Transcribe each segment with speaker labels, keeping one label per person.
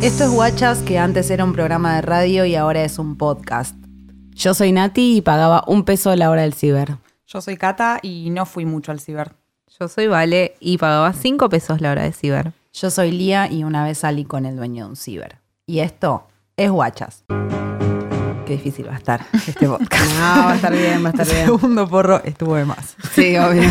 Speaker 1: Esto es Guachas, que antes era un programa de radio y ahora es un podcast.
Speaker 2: Yo soy Nati y pagaba un peso la hora del ciber.
Speaker 3: Yo soy Cata y no fui mucho al ciber.
Speaker 4: Yo soy Vale y pagaba 5 pesos la hora de ciber.
Speaker 1: Yo soy Lía y una vez salí con el dueño de un ciber. Y esto es Guachas. Qué difícil va a estar este podcast.
Speaker 2: No, va a estar bien, va a estar
Speaker 1: El
Speaker 2: bien.
Speaker 1: segundo porro estuvo de más.
Speaker 2: Sí, obvio.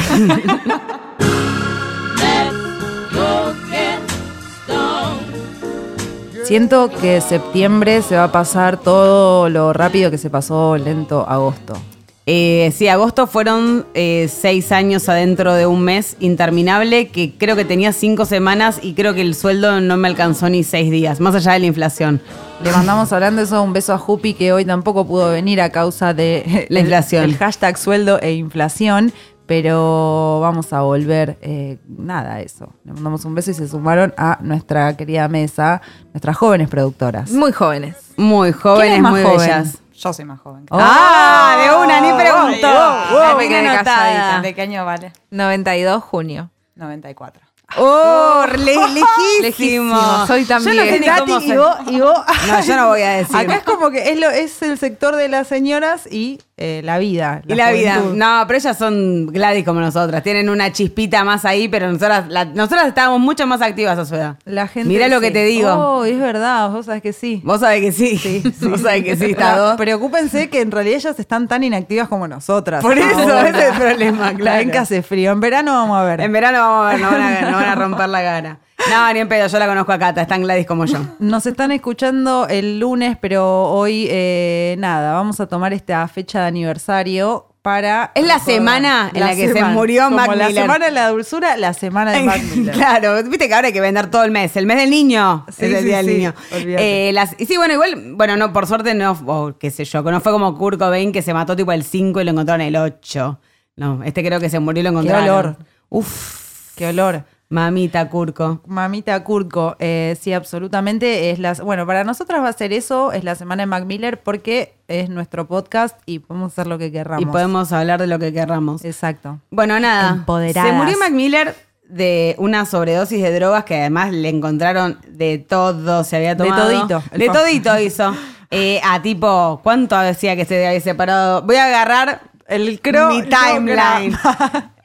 Speaker 1: Siento que septiembre se va a pasar todo lo rápido que se pasó lento agosto.
Speaker 2: Eh, sí, agosto fueron eh, seis años adentro de un mes interminable que creo que tenía cinco semanas y creo que el sueldo no me alcanzó ni seis días, más allá de la inflación.
Speaker 1: Le mandamos hablando de eso un beso a Jupi que hoy tampoco pudo venir a causa de
Speaker 2: La inflación.
Speaker 1: El, hashtag sueldo e inflación, pero vamos a volver eh, nada a eso. Le mandamos un beso y se sumaron a nuestra querida mesa, nuestras jóvenes productoras.
Speaker 4: Muy jóvenes.
Speaker 2: Muy
Speaker 1: ¿Quién
Speaker 2: jóvenes,
Speaker 1: es más
Speaker 2: muy
Speaker 1: joven?
Speaker 2: bellas.
Speaker 3: Yo soy más joven. que-
Speaker 1: Oh.
Speaker 2: ¡Ah! De una, ni pregunto.
Speaker 3: Oh,
Speaker 2: Bien
Speaker 4: wow. Me quedé
Speaker 2: anotada.
Speaker 3: ¿De qué año vale?
Speaker 4: 92 junio.
Speaker 3: 94.
Speaker 2: ¡Oh! le- lejísimo.
Speaker 4: Lejísimo, soy también.
Speaker 2: Yo no sé ni cómo se-
Speaker 1: y vos.
Speaker 2: No, yo no voy a decir.
Speaker 1: Acá es como que es, lo, es el sector de las señoras y eh, la vida.
Speaker 2: Y la vida.
Speaker 1: juventud.
Speaker 2: No, pero ellas son Gladys como nosotras. Tienen una chispita más ahí, pero nosotras, la- nosotras estábamos mucho más activas a su edad.
Speaker 1: La gente
Speaker 2: Mirá lo que
Speaker 1: sí.
Speaker 2: te digo.
Speaker 1: Oh, es verdad, vos sabés que sí.
Speaker 2: Vos sabés que sí. Vos sabés que sí, está dos.
Speaker 1: Preocúpense que en realidad ellas están tan inactivas como nosotras.
Speaker 2: Por eso,
Speaker 1: Ahora.
Speaker 2: ese es el problema,
Speaker 1: La
Speaker 2: claro.
Speaker 1: ven que hace frío. En verano vamos a ver.
Speaker 2: En verano vamos a ver, no van a, no van a romper la cara. No, ni en pedo, yo la conozco a Cata, es tan Gladys como yo.
Speaker 1: Nos están escuchando el lunes, pero hoy eh, nada, vamos a tomar esta fecha de aniversario para...
Speaker 2: Es la semana en la que se murió
Speaker 1: Como
Speaker 2: Mac
Speaker 1: La
Speaker 2: Miller.
Speaker 1: semana de la dulzura, la semana Ah, de Mac Miller.
Speaker 2: claro, viste que ahora hay que vender todo el mes. El mes del niño.
Speaker 1: Sí,
Speaker 2: es el
Speaker 1: sí,
Speaker 2: día
Speaker 1: sí,
Speaker 2: del niño.
Speaker 1: olvídate.
Speaker 2: Eh, las- y sí, bueno, igual, bueno, no, por suerte no, o qué sé yo, no fue como Kurt Cobain que se mató tipo el 5 y lo encontraron el 8. No, este creo que se murió y lo encontraron.
Speaker 1: olor.
Speaker 2: Uf,
Speaker 1: Qué olor.
Speaker 2: mamita Curco.
Speaker 1: Mamita Kurko, eh, sí, absolutamente. Es las, bueno, para nosotras va a ser eso, es la semana de Mac Miller, porque es nuestro podcast y podemos hacer lo que querramos.
Speaker 2: Y podemos hablar de lo que querramos.
Speaker 1: Exacto.
Speaker 2: Bueno, nada.
Speaker 1: Empoderadas.
Speaker 2: Se murió Mac Miller de una sobredosis de drogas que además le encontraron de todo, se había
Speaker 1: De
Speaker 2: tomado.
Speaker 1: todito.
Speaker 2: De todito hizo. Eh, a tipo, ¿cuánto decía que se había separado? Voy a agarrar
Speaker 1: El cro-
Speaker 2: mi
Speaker 1: el
Speaker 2: timeline.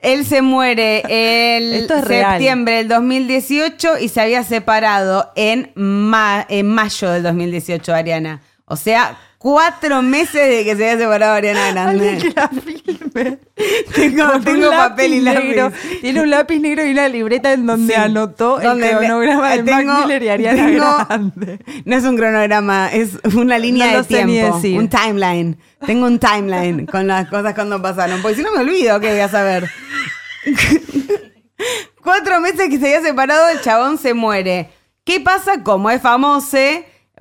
Speaker 2: Él se muere el
Speaker 1: Esto es real.
Speaker 2: septiembre del 2018 y se había separado en, ma- en mayo del 2018, Ariana. O sea, cuatro meses de que se había separado Ariana Grande. Tengo,
Speaker 1: Con
Speaker 2: tengo
Speaker 1: un lápiz
Speaker 2: papel y lápiz.
Speaker 1: negro. Tiene un lápiz negro y una libreta en donde eh,
Speaker 2: Sí.
Speaker 1: anotó
Speaker 2: Donde
Speaker 1: el
Speaker 2: le-
Speaker 1: cronograma de Mac
Speaker 2: tengo-
Speaker 1: Miller y Ariana
Speaker 2: tengo-
Speaker 1: Grande.
Speaker 2: No es un cronograma, es una línea
Speaker 1: No lo
Speaker 2: de
Speaker 1: sé ni
Speaker 2: tiempo.
Speaker 1: decir.
Speaker 2: Un timeline. Tengo un timeline con las cosas cuando pasaron. Porque si no me olvido, ¿qué voy a saber? Cuatro meses que se había separado, el chabón se muere. ¿Qué pasa? Como es famoso,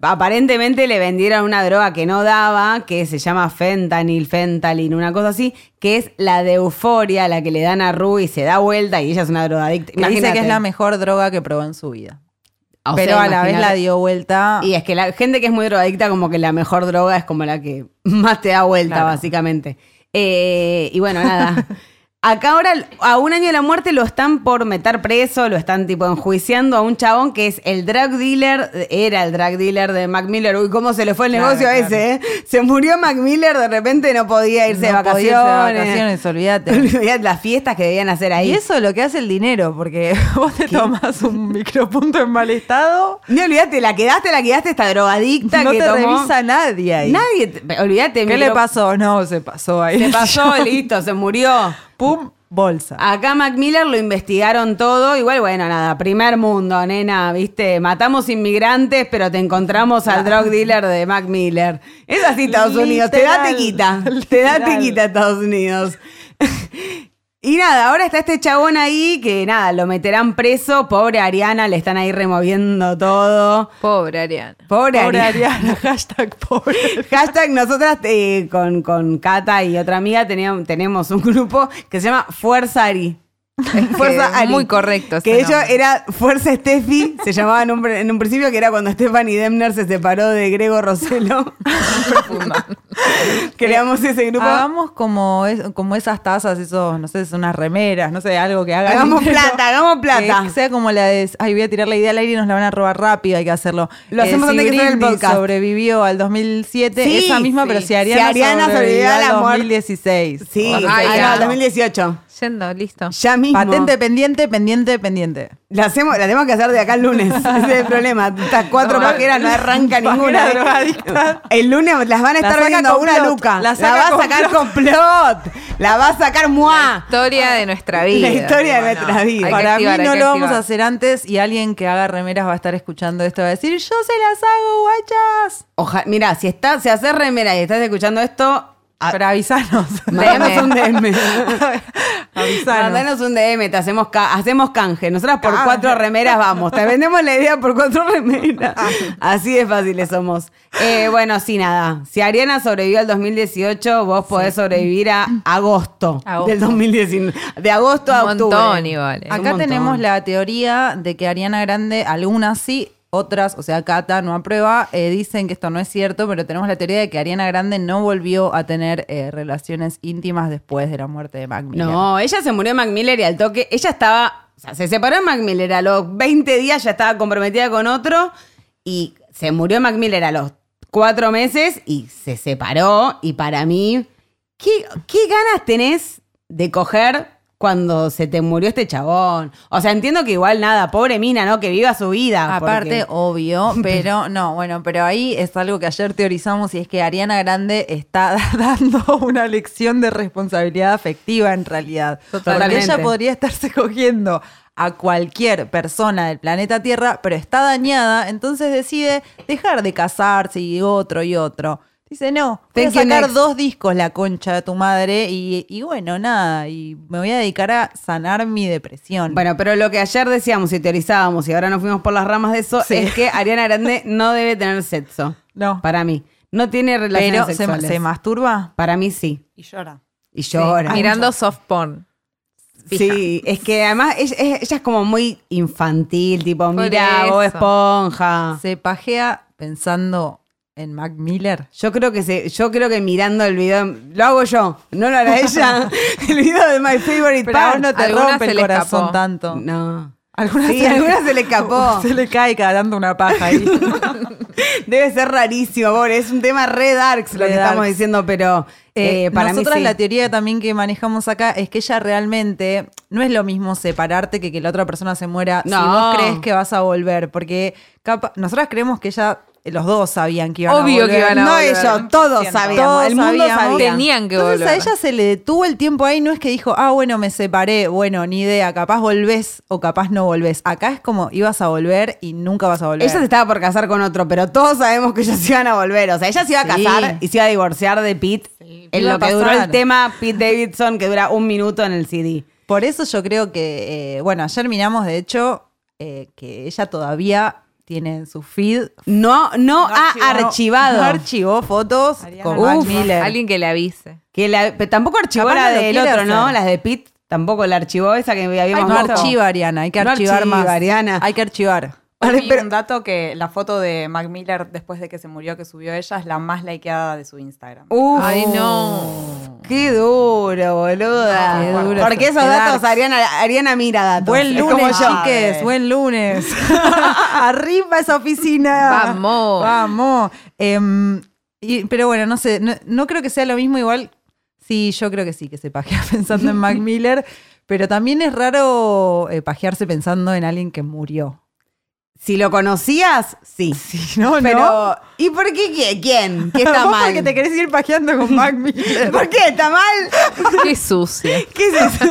Speaker 2: aparentemente le vendieron una droga que no daba, que se llama fentanil, fentalin, una cosa así, que es la de euforia, la que le dan a Ruby, se da vuelta y ella es una drogadicta.
Speaker 1: Que dice que es
Speaker 2: Imagínate.
Speaker 1: la mejor droga que probó en su vida.
Speaker 2: O
Speaker 1: Pero
Speaker 2: sea,
Speaker 1: a la vez
Speaker 2: imagínate.
Speaker 1: la dio vuelta.
Speaker 2: Y es que la gente que es muy drogadicta, como que la mejor droga es como la que más te da vuelta,
Speaker 1: Claro.
Speaker 2: básicamente. Eh, y bueno, nada. Acá ahora, a un año de la muerte, lo están por meter preso, lo están tipo enjuiciando a un chabón que es el drug dealer, era el drug dealer de Mac Miller. Uy, cómo se le fue el
Speaker 1: Claro,
Speaker 2: negocio a
Speaker 1: claro.
Speaker 2: ese, ¿eh? Se murió Mac Miller, de repente no podía irse de
Speaker 1: No podía
Speaker 2: vacaciones.
Speaker 1: irse de vacaciones, olvídate.
Speaker 2: Olvidate Las fiestas que debían hacer ahí.
Speaker 1: Y eso es lo que hace el dinero, porque vos te tomás un micropunto en mal estado,
Speaker 2: No olvídate, la quedaste, la quedaste esta drogadicta
Speaker 1: no
Speaker 2: que
Speaker 1: te
Speaker 2: tomó.
Speaker 1: revisa nadie ahí.
Speaker 2: Nadie, te- olvídate.
Speaker 1: ¿Qué
Speaker 2: micro-
Speaker 1: le pasó? No, se pasó ahí.
Speaker 2: Se pasó, listo, se murió.
Speaker 1: Pum, bolsa.
Speaker 2: Acá a Mac Miller lo investigaron todo, igual bueno, nada, primer mundo, nena, viste, matamos inmigrantes, pero te encontramos al drug dealer de Mac Miller. Es así Estados Unidos, te da te quita,
Speaker 1: Literal,
Speaker 2: te da te
Speaker 1: literal.
Speaker 2: quita Estados Unidos. Y nada, ahora está este chabón ahí que nada, lo meterán preso, pobre Ariana, le están ahí removiendo todo.
Speaker 4: Pobre Ariana.
Speaker 2: Pobre,
Speaker 1: Pobre
Speaker 2: Ariana.
Speaker 1: Ariana, hashtag pobre.
Speaker 2: Hashtag nosotras eh, con, con Cata y otra amiga teníamos, tenemos un grupo que se llama Fuerza Ari. Fuerza Ari.
Speaker 4: muy correcto
Speaker 3: este
Speaker 4: ese
Speaker 2: Que ella
Speaker 4: nombre.
Speaker 2: era Fuerza Steffi, se llamaba en un, pr- en un principio, que era cuando Stephanie Demner se separó de Grego Rossello. Creamos ese grupo.
Speaker 3: Ah.
Speaker 1: Hagamos como, es- como esas tazas, esos, no sé, es unas remeras, no sé, algo que haga.
Speaker 2: Hagamos plata, hagamos plata.
Speaker 1: Que sea como la de, ay, voy a tirar la idea al aire y nos la van a robar rápido, hay que hacerlo.
Speaker 2: Lo hacemos antes que
Speaker 1: Brindis
Speaker 2: salga el podcast.
Speaker 1: sobrevivió al 2007,
Speaker 2: Sí,
Speaker 1: esa misma,
Speaker 2: sí.
Speaker 1: pero si
Speaker 2: Si
Speaker 1: Ariana,
Speaker 2: Ariana sobrevivió
Speaker 1: sobrevivió
Speaker 2: a la
Speaker 1: al
Speaker 2: muerte-
Speaker 1: 2016.
Speaker 2: Sí,
Speaker 1: O-
Speaker 4: Ay,
Speaker 2: ah, no,
Speaker 4: claro.
Speaker 2: 2018.
Speaker 4: Yendo, listo.
Speaker 2: Ya mismo.
Speaker 1: Patente pendiente, pendiente, pendiente.
Speaker 2: La, hacemos, la tenemos que hacer de acá el lunes. Ese es el problema. Estas cuatro pajeras no arranca ninguna. ¿eh?
Speaker 1: Pajera drogadicta.
Speaker 2: El lunes las van a
Speaker 1: La
Speaker 2: estar
Speaker 1: saca
Speaker 2: viendo una
Speaker 1: complot.
Speaker 2: luca.
Speaker 1: La
Speaker 2: La,
Speaker 1: saca
Speaker 2: va a sacar complot. La va a sacar muá.
Speaker 4: Historia de nuestra vida.
Speaker 2: historia de
Speaker 4: Bueno,
Speaker 2: nuestra vida.
Speaker 4: hay que
Speaker 1: Para
Speaker 4: activar,
Speaker 1: mí
Speaker 4: hay
Speaker 1: no
Speaker 4: que
Speaker 1: lo vamos a
Speaker 4: activar.
Speaker 1: hacer antes y alguien que haga remeras va a estar escuchando esto y va a decir, yo se las hago, guachas.
Speaker 2: Ojalá, mira, si estás, si haces remera y estás escuchando esto,
Speaker 4: Ah.
Speaker 2: a-
Speaker 1: Pero avisanos.
Speaker 2: mandanos un DM.
Speaker 1: avisanos.
Speaker 2: mandanos un DM, te hacemos, ca- hacemos canje. Nosotras por
Speaker 4: Ah.
Speaker 1: Canje.
Speaker 2: cuatro remeras vamos. Te vendemos la idea por cuatro remeras.
Speaker 4: Ah.
Speaker 2: Así de fáciles somos. Eh, bueno, sí, nada. Si Ariana sobrevivió al 2018, vos podés sobrevivir a agosto,
Speaker 4: Agosto.
Speaker 2: del 2019. De agosto a
Speaker 4: Un
Speaker 2: octubre.
Speaker 4: montón igual, eh.
Speaker 2: Es un
Speaker 1: Acá
Speaker 2: montón.
Speaker 1: tenemos la teoría de que Ariana Grande, algunas sí, otras, o sea, Cata no aprueba, eh, dicen que esto no es cierto, pero tenemos la teoría de que Ariana Grande no volvió a tener eh, relaciones íntimas después de la muerte de Mac Miller.
Speaker 2: No, ella se murió de Mac Miller y al toque, ella estaba, o sea, se separó de Mac Miller, a los 20 días ya estaba comprometida con otro y se murió de Mac Miller a los cuatro meses y se separó y para mí, ¿qué, qué ganas tenés de coger cuando se te murió este chabón? O sea, entiendo que igual nada, pobre mina, ¿no? Que viva su vida.
Speaker 1: Aparte,
Speaker 2: Ah, porque-
Speaker 1: obvio, pero no, bueno, pero ahí es algo que ayer teorizamos y es que Ariana Grande está dando una lección de responsabilidad afectiva en realidad. Porque
Speaker 2: Totalmente.
Speaker 1: ella podría estarse cogiendo a cualquier persona del planeta Tierra, pero está dañada, entonces decide dejar de casarse y otro y otro. Dice, no, voy a
Speaker 2: Thank you,
Speaker 1: sacar
Speaker 2: next.
Speaker 1: dos discos la concha de tu madre y, y bueno, nada, y me voy a dedicar a sanar mi depresión.
Speaker 2: Bueno, pero lo que ayer decíamos y teorizábamos y ahora nos fuimos por las ramas de eso
Speaker 1: Sí.
Speaker 2: es que Ariana Grande no debe tener sexo.
Speaker 1: No.
Speaker 2: Para mí. No tiene relaciones
Speaker 1: pero se, ma-
Speaker 2: sexuales.
Speaker 1: se masturba.
Speaker 2: Para mí sí.
Speaker 3: Y llora.
Speaker 2: Y llora.
Speaker 4: Mirando soft porn.
Speaker 2: Sí, es que además ella, ella- ella es como muy infantil, tipo,
Speaker 4: Por
Speaker 2: mira,
Speaker 4: eso.
Speaker 2: o esponja.
Speaker 1: se pajea pensando en Mac Miller.
Speaker 2: Yo creo que se, yo creo que mirando el video, lo hago yo, no lo hará ella. el video de My Favorite
Speaker 1: Pero a
Speaker 2: Part.
Speaker 1: vos no te
Speaker 4: alguna
Speaker 1: rompe
Speaker 4: se
Speaker 1: el
Speaker 4: le
Speaker 1: corazón
Speaker 4: escapó.
Speaker 1: tanto.
Speaker 2: No.
Speaker 1: Alguna
Speaker 2: Sí, alguna se le escapó.
Speaker 1: Se le cae cagando una paja ahí.
Speaker 2: Debe ser rarísimo, pobre. Es un tema re darks lo
Speaker 1: Re
Speaker 2: que estamos
Speaker 1: darks.
Speaker 2: diciendo, pero eh,
Speaker 1: Eh,
Speaker 2: para
Speaker 1: nosotras
Speaker 2: mí sí.
Speaker 1: la teoría también que manejamos acá es que ella realmente no es lo mismo separarte que que la otra persona se muera si
Speaker 2: No.
Speaker 1: vos crees que vas a volver. Porque capa- nosotras creemos que ella, los dos sabían que iban a
Speaker 4: Obvio
Speaker 1: volver.
Speaker 4: que iban a
Speaker 2: No
Speaker 4: volver.
Speaker 2: ellos, todos sabíamos,
Speaker 1: Todos
Speaker 2: el mundo
Speaker 1: sabíamos.
Speaker 2: sabía.
Speaker 4: Tenían que
Speaker 1: Entonces
Speaker 4: volver.
Speaker 1: a ella se le detuvo el tiempo ahí, no es que dijo, ah, bueno, me separé, bueno, ni idea, capaz volvés o capaz no volvés. Acá es como, ibas a volver y nunca vas a volver.
Speaker 2: Ella se estaba por casar con otro, pero todos sabemos que ellos se iban a volver. O sea, ella se iba a
Speaker 1: Sí.
Speaker 2: casar y se iba a divorciar de Pete. en
Speaker 1: Iba
Speaker 2: lo
Speaker 1: a
Speaker 2: que duró
Speaker 1: pasar.
Speaker 2: el tema Pete Davidson, que dura un minuto en el CD.
Speaker 1: Por eso yo creo que, eh, bueno, ayer miramos, de hecho, eh, que ella todavía tiene en su feed...
Speaker 2: No, no, ha
Speaker 3: archivó.
Speaker 2: archivado.
Speaker 1: No archivó fotos
Speaker 3: Ariana
Speaker 1: con
Speaker 2: Grande.
Speaker 1: Mac
Speaker 2: Uf,
Speaker 1: Miller.
Speaker 4: Alguien que le avise.
Speaker 2: que la- pero tampoco archivó
Speaker 1: Capaz
Speaker 2: la
Speaker 1: no lo
Speaker 2: del
Speaker 1: quiere
Speaker 2: otro, ¿no?
Speaker 1: hacer.
Speaker 2: Las de Pete tampoco la archivó, esa que habíamos
Speaker 1: no
Speaker 2: visto.
Speaker 1: archiva, Ariana, hay que
Speaker 2: No
Speaker 1: archivar
Speaker 2: archiva,
Speaker 1: más.
Speaker 2: Ariana.
Speaker 1: Hay que archivar.
Speaker 2: Vale,
Speaker 3: Vi
Speaker 2: pero-
Speaker 3: un dato que la foto de Mac Miller después de que se murió que subió ella es la más likeada de su Instagram.
Speaker 2: Uf,
Speaker 4: Ay, no.
Speaker 2: qué duro, boluda.
Speaker 1: Qué duro.
Speaker 2: Porque esos
Speaker 1: Qué
Speaker 2: datos,
Speaker 1: darks.
Speaker 2: Ariana, Ariana mira datos.
Speaker 1: Buen
Speaker 2: Es como
Speaker 1: lunes,
Speaker 2: yo.
Speaker 1: chiques, buen lunes. Arriba esa oficina.
Speaker 4: Vamos.
Speaker 1: Vamos. Em, y- pero bueno, no sé, no, no creo que sea lo mismo igual. Sí, yo creo que sí, que se pajea pensando en Mac Miller, pero también es raro eh, pajearse pensando en alguien que murió.
Speaker 2: Si lo conocías, sí.
Speaker 1: Sí, no, no.
Speaker 2: Pero, ¿y por qué qui- quién? ¿Qué está
Speaker 1: Vos
Speaker 2: mal?
Speaker 1: porque te querés ir pajeando con Mac Miller.
Speaker 2: ¿Por qué está mal?
Speaker 4: Qué sucia.
Speaker 2: ¿Qué es eso?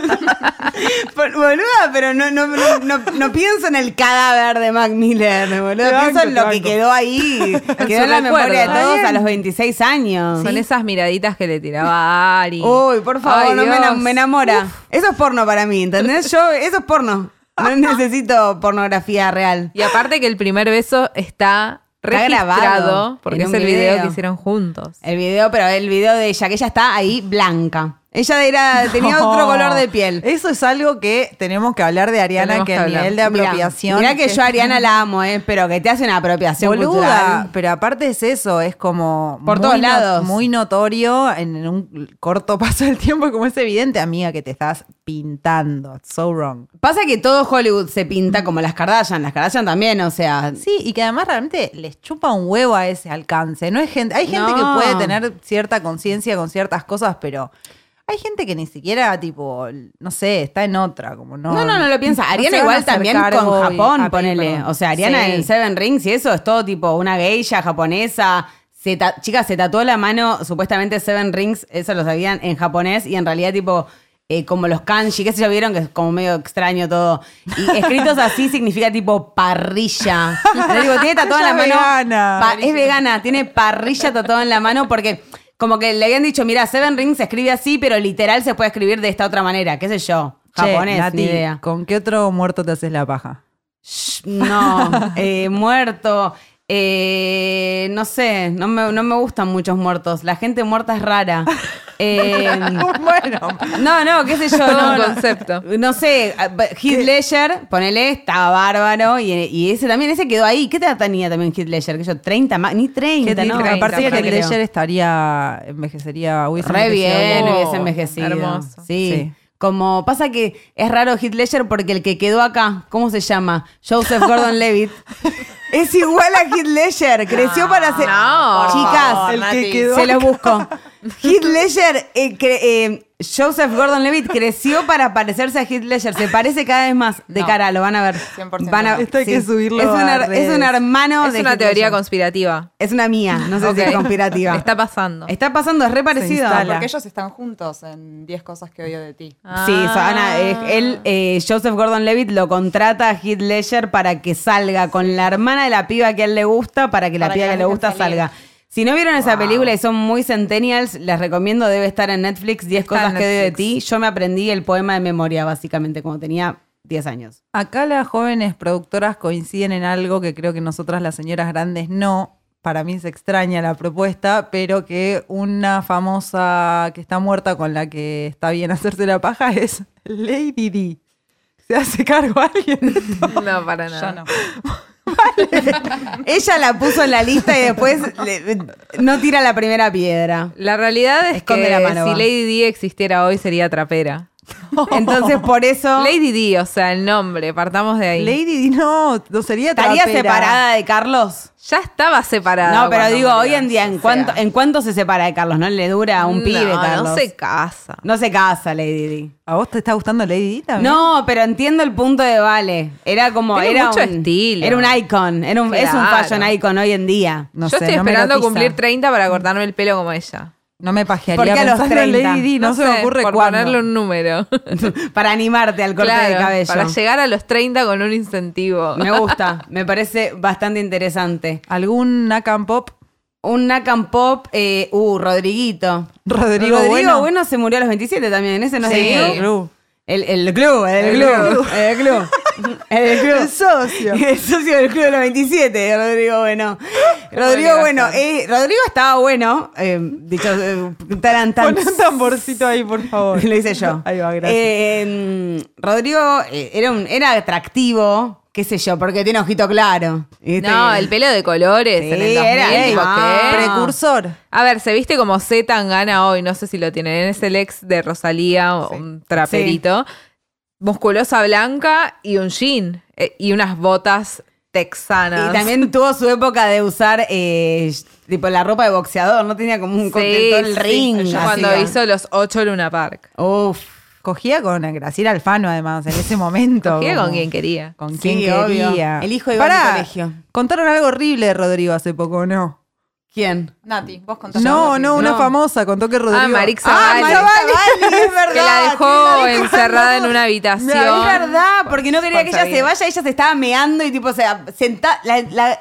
Speaker 2: Por- boluda, pero no, no, no, no, no pienso en el cadáver de Mac Miller, boluda.
Speaker 1: Te banco,
Speaker 2: pienso en
Speaker 1: te
Speaker 2: lo que
Speaker 1: banco.
Speaker 2: quedó ahí. Quedó
Speaker 4: su
Speaker 2: en la memoria de
Speaker 4: recuerdo.
Speaker 2: todos
Speaker 1: Está
Speaker 2: a los 26 años.
Speaker 4: Son esas miraditas que le tiraba a Ari.
Speaker 1: Oh,
Speaker 2: Uy, por favor,
Speaker 4: Ay,
Speaker 2: no me,
Speaker 4: Dios.
Speaker 2: ena- me enamora. Eso es porno para mí, ¿entendés? Yo, eso es porno. No necesito pornografía real.
Speaker 4: Y aparte que el primer beso está
Speaker 2: Está
Speaker 4: registrado
Speaker 2: grabado en un
Speaker 4: porque es el video
Speaker 2: video.
Speaker 4: que hicieron juntos.
Speaker 2: El video, pero el video de ella, que ella está ahí blanca. Ella era, tenía otro
Speaker 1: No.
Speaker 2: color de piel.
Speaker 1: Eso es algo que tenemos que hablar de Ariana,
Speaker 4: Tenemos
Speaker 1: que,
Speaker 4: que
Speaker 1: el
Speaker 4: hablar.
Speaker 1: nivel de
Speaker 2: Mirá,
Speaker 1: apropiación.
Speaker 2: Mirá que
Speaker 1: es
Speaker 2: yo a Ariana la amo, eh, pero que te hace una apropiación
Speaker 1: Boluda,
Speaker 2: cultural.
Speaker 1: pero aparte es eso, es como.
Speaker 2: Por
Speaker 1: muy
Speaker 2: todos
Speaker 1: no-
Speaker 2: lados.
Speaker 1: muy notorio en un corto paso del tiempo, como es evidente, amiga, que te estás pintando. It's So wrong.
Speaker 2: Pasa que todo Hollywood se pinta como las Kardashian, las Kardashian también, o sea,
Speaker 1: Sí, y que además realmente les chupa un huevo a ese alcance. No es gente, hay gente
Speaker 2: No.
Speaker 1: que puede tener cierta conciencia con ciertas cosas, pero hay gente que ni siquiera, tipo, no sé, está en otra, como no.
Speaker 2: No, no, no lo piensa.
Speaker 1: no
Speaker 2: Ariana
Speaker 1: se van a
Speaker 2: igual
Speaker 1: hacer
Speaker 2: también con
Speaker 1: cargo y-
Speaker 2: Japón,
Speaker 1: ah,
Speaker 2: ponele.
Speaker 1: perdón.
Speaker 2: O sea, Ariana
Speaker 1: Sí.
Speaker 2: en Seven Rings y eso es todo tipo una geisha japonesa. Se ta- Chicas, se tatuó la mano, supuestamente Seven Rings, eso lo sabían en japonés y en realidad tipo eh, como los kanji, qué sé yo, vieron que es como medio extraño todo. Y escritos así significa tipo parrilla. Le digo, tiene tatuada en la
Speaker 1: Ella
Speaker 2: mano.
Speaker 1: es vegana.
Speaker 2: pa- es vegana, tiene parrilla tatuada en la mano porque como que le habían dicho, mira, Seven Rings se escribe así, pero literal se puede escribir de esta otra manera, qué sé yo.
Speaker 1: Che,
Speaker 2: Japonés,
Speaker 1: Nati,
Speaker 2: ni idea.
Speaker 1: ¿Con qué otro muerto te haces la paja?
Speaker 2: Shh, No, eh, muerto. eh, no sé, no me, no me gustan muchos muertos. La gente muerta es rara. Eh,
Speaker 1: bueno.
Speaker 2: no, no, qué sé yo.
Speaker 4: Todo
Speaker 2: no,
Speaker 4: un
Speaker 2: no.
Speaker 4: concepto.
Speaker 2: No sé, ah, but Heath Ledger, ponele, estaba bárbaro. Y, y ese también, ese quedó ahí. ¿Qué edad tenía también Heath Ledger? Que yo, 30 más, ni 30, ¿no?
Speaker 1: a partir de
Speaker 2: Aparte
Speaker 1: que
Speaker 2: creo.
Speaker 1: Ledger estaría, envejecería, hubiese
Speaker 2: Re
Speaker 1: envejecido
Speaker 2: bien,
Speaker 1: bien.
Speaker 2: hubiese envejecido.
Speaker 4: Oh, hermoso.
Speaker 2: Sí.
Speaker 1: Sí.
Speaker 2: Como pasa que es raro Heath Ledger porque el que quedó acá, ¿cómo se llama? Joseph Gordon Levitt. es igual a Heath Ledger. Creció para ser.
Speaker 4: Ah, no, por
Speaker 2: Chicas,
Speaker 3: favor, El que Nati. quedó
Speaker 2: se los busco. Heath Ledger, eh, cre- eh, Joseph Gordon Levitt creció para parecerse a Heath Ledger. Se parece cada vez más de
Speaker 3: No.
Speaker 2: cara, lo van a ver.
Speaker 3: 100%.
Speaker 2: Van a-
Speaker 1: Esto hay que subirlo
Speaker 2: Es un,
Speaker 1: a
Speaker 2: her- es
Speaker 1: redes.
Speaker 2: un hermano
Speaker 4: Es
Speaker 2: de
Speaker 4: una
Speaker 2: Heath
Speaker 4: teoría
Speaker 2: Ledger.
Speaker 4: conspirativa.
Speaker 2: Es una mía, no sé si
Speaker 4: Ok.
Speaker 2: es conspirativa.
Speaker 4: Está pasando.
Speaker 2: Está pasando, es re parecido.
Speaker 1: instala.
Speaker 3: Porque ellos están juntos en 10 cosas que odio de ti.
Speaker 4: Ah.
Speaker 2: Sí, Ana, él, eh, Joseph Gordon-Levitt lo contrata a Heath Ledger para que salga con la hermana de la piba que a él le gusta, para que la
Speaker 3: Para
Speaker 2: piba
Speaker 3: que la
Speaker 2: que, le
Speaker 3: dejen
Speaker 2: gusta
Speaker 3: salir.
Speaker 2: salga. Si no vieron esa película y son muy centennials, les recomiendo, debe estar en Netflix, 10
Speaker 4: Está
Speaker 2: cosas
Speaker 4: en
Speaker 2: que odio de
Speaker 4: Netflix.
Speaker 2: ti. Yo me aprendí el poema de memoria, básicamente, cuando tenía 10 años.
Speaker 1: Acá las jóvenes productoras coinciden en algo que creo que nosotras las señoras grandes no. Para mí se extraña la propuesta, pero que una famosa que está muerta con la que está bien hacerse la paja es Lady D. ¿Se hace cargo alguien? de esto?
Speaker 4: No, para
Speaker 3: Yo no.
Speaker 4: nada.
Speaker 2: Ella la puso en la lista y después le- no tira la primera piedra.
Speaker 4: La realidad es
Speaker 2: Esconde
Speaker 4: que
Speaker 2: la mano,
Speaker 4: si
Speaker 2: va.
Speaker 4: Lady D existiera hoy sería trapera.
Speaker 2: Entonces, por eso...
Speaker 4: Lady D, o sea, el nombre, partamos de ahí.
Speaker 1: Lady D no, no sería
Speaker 2: ¿Estaría
Speaker 1: trapera.
Speaker 2: separada de Carlos?
Speaker 4: Ya estaba separada.
Speaker 2: No, pero
Speaker 4: cuando
Speaker 2: digo,
Speaker 4: murió,
Speaker 2: hoy en día,
Speaker 4: o
Speaker 2: ¿en
Speaker 4: sea.
Speaker 2: cuánto, ¿en cuánto se separa de Carlos? No le dura a un
Speaker 4: No,
Speaker 2: pibe, Carlos.
Speaker 4: No se casa.
Speaker 2: No se casa, Lady Di.
Speaker 1: ¿A vos te está gustando Lady D también?
Speaker 2: No, pero entiendo el punto de Vale. Era como.
Speaker 4: Tiene
Speaker 2: era
Speaker 4: mucho
Speaker 2: un,
Speaker 4: estilo.
Speaker 2: Era un icon. Era un, Es un
Speaker 4: Claro.
Speaker 2: fashion icon hoy en día.
Speaker 1: No
Speaker 4: Yo
Speaker 1: sé,
Speaker 4: estoy
Speaker 1: no me
Speaker 4: esperando
Speaker 1: erotiza.
Speaker 4: cumplir 30 para cortarme el pelo como ella.
Speaker 1: No me
Speaker 2: ¿Por
Speaker 1: pajearía
Speaker 2: qué a los
Speaker 1: pensando en
Speaker 2: 30?
Speaker 1: Lady D, no, se
Speaker 4: sé,
Speaker 1: me ocurre
Speaker 4: por
Speaker 1: cuándo.
Speaker 4: ponerle un número.
Speaker 2: Para animarte al corte
Speaker 4: Claro,
Speaker 2: de cabello.
Speaker 4: Para llegar a los 30 con un incentivo.
Speaker 2: Me gusta. Me parece bastante interesante.
Speaker 1: ¿Algún Nakam Pop?
Speaker 2: Un Nakan Pop. Eh, uh, Rodriguito.
Speaker 1: Rodrigo, Bueno.
Speaker 2: se murió a los 27 también. Ese no
Speaker 4: Sí.
Speaker 2: es el club.
Speaker 1: Ru.
Speaker 2: El, el club, el, club. El club. El club.
Speaker 1: El socio.
Speaker 2: El socio del Club de los 27, Rodrigo Bueno. Rodrigo Bueno, eh, Rodrigo estaba bueno, eh, dicho, eh, taran, tan.
Speaker 1: Pon un tamborcito ahí, por favor.
Speaker 2: lo hice yo.
Speaker 1: Ahí va, gracias.
Speaker 2: Eh, mm, Rodrigo eh, era, un, era atractivo, qué sé yo, porque tiene ojito claro. ¿viste?
Speaker 4: No, el pelo de colores
Speaker 2: este, Sí,
Speaker 4: en el 2000,
Speaker 2: era
Speaker 4: tipo,
Speaker 2: Ah.
Speaker 4: ¿qué?
Speaker 1: Precursor.
Speaker 4: A ver, se viste como Z Tangana hoy, no sé si lo tienen. Es el ex de Rosalía, un traperito. Musculosa blanca y un jean. eh, y unas botas texanas.
Speaker 2: Y también tuvo su época de usar eh, tipo la ropa de boxeador, no tenía como un
Speaker 4: Sí,
Speaker 2: contentor el
Speaker 4: sí,
Speaker 2: ring.
Speaker 4: yo
Speaker 2: así.
Speaker 4: Cuando hizo los ocho Luna Park.
Speaker 2: Uf.
Speaker 1: Cogía con Graciela Alfano, además, en ese momento.
Speaker 4: Cogía con
Speaker 1: Como-
Speaker 4: quien quería.
Speaker 1: Con
Speaker 2: Sí,
Speaker 1: quien
Speaker 2: obvio.
Speaker 1: quería.
Speaker 2: El hijo iba a mi
Speaker 1: Pará,
Speaker 2: colegio.
Speaker 1: Contaron algo horrible de Rodrigo hace poco, ¿o ¿no?
Speaker 2: ¿Quién?
Speaker 3: Nati, vos contás.
Speaker 1: No, no, una
Speaker 2: No.
Speaker 1: famosa contó que Rodrigo.
Speaker 4: Ah, Marixa
Speaker 1: Ah,
Speaker 4: Vale.
Speaker 1: Marixa Vale, es verdad.
Speaker 4: Que la dejó encerrada en una
Speaker 2: Es
Speaker 4: habitación.
Speaker 2: verdad, porque no quería que ella se vaya, ella se estaba meando y tipo, o sea, senta, la, la,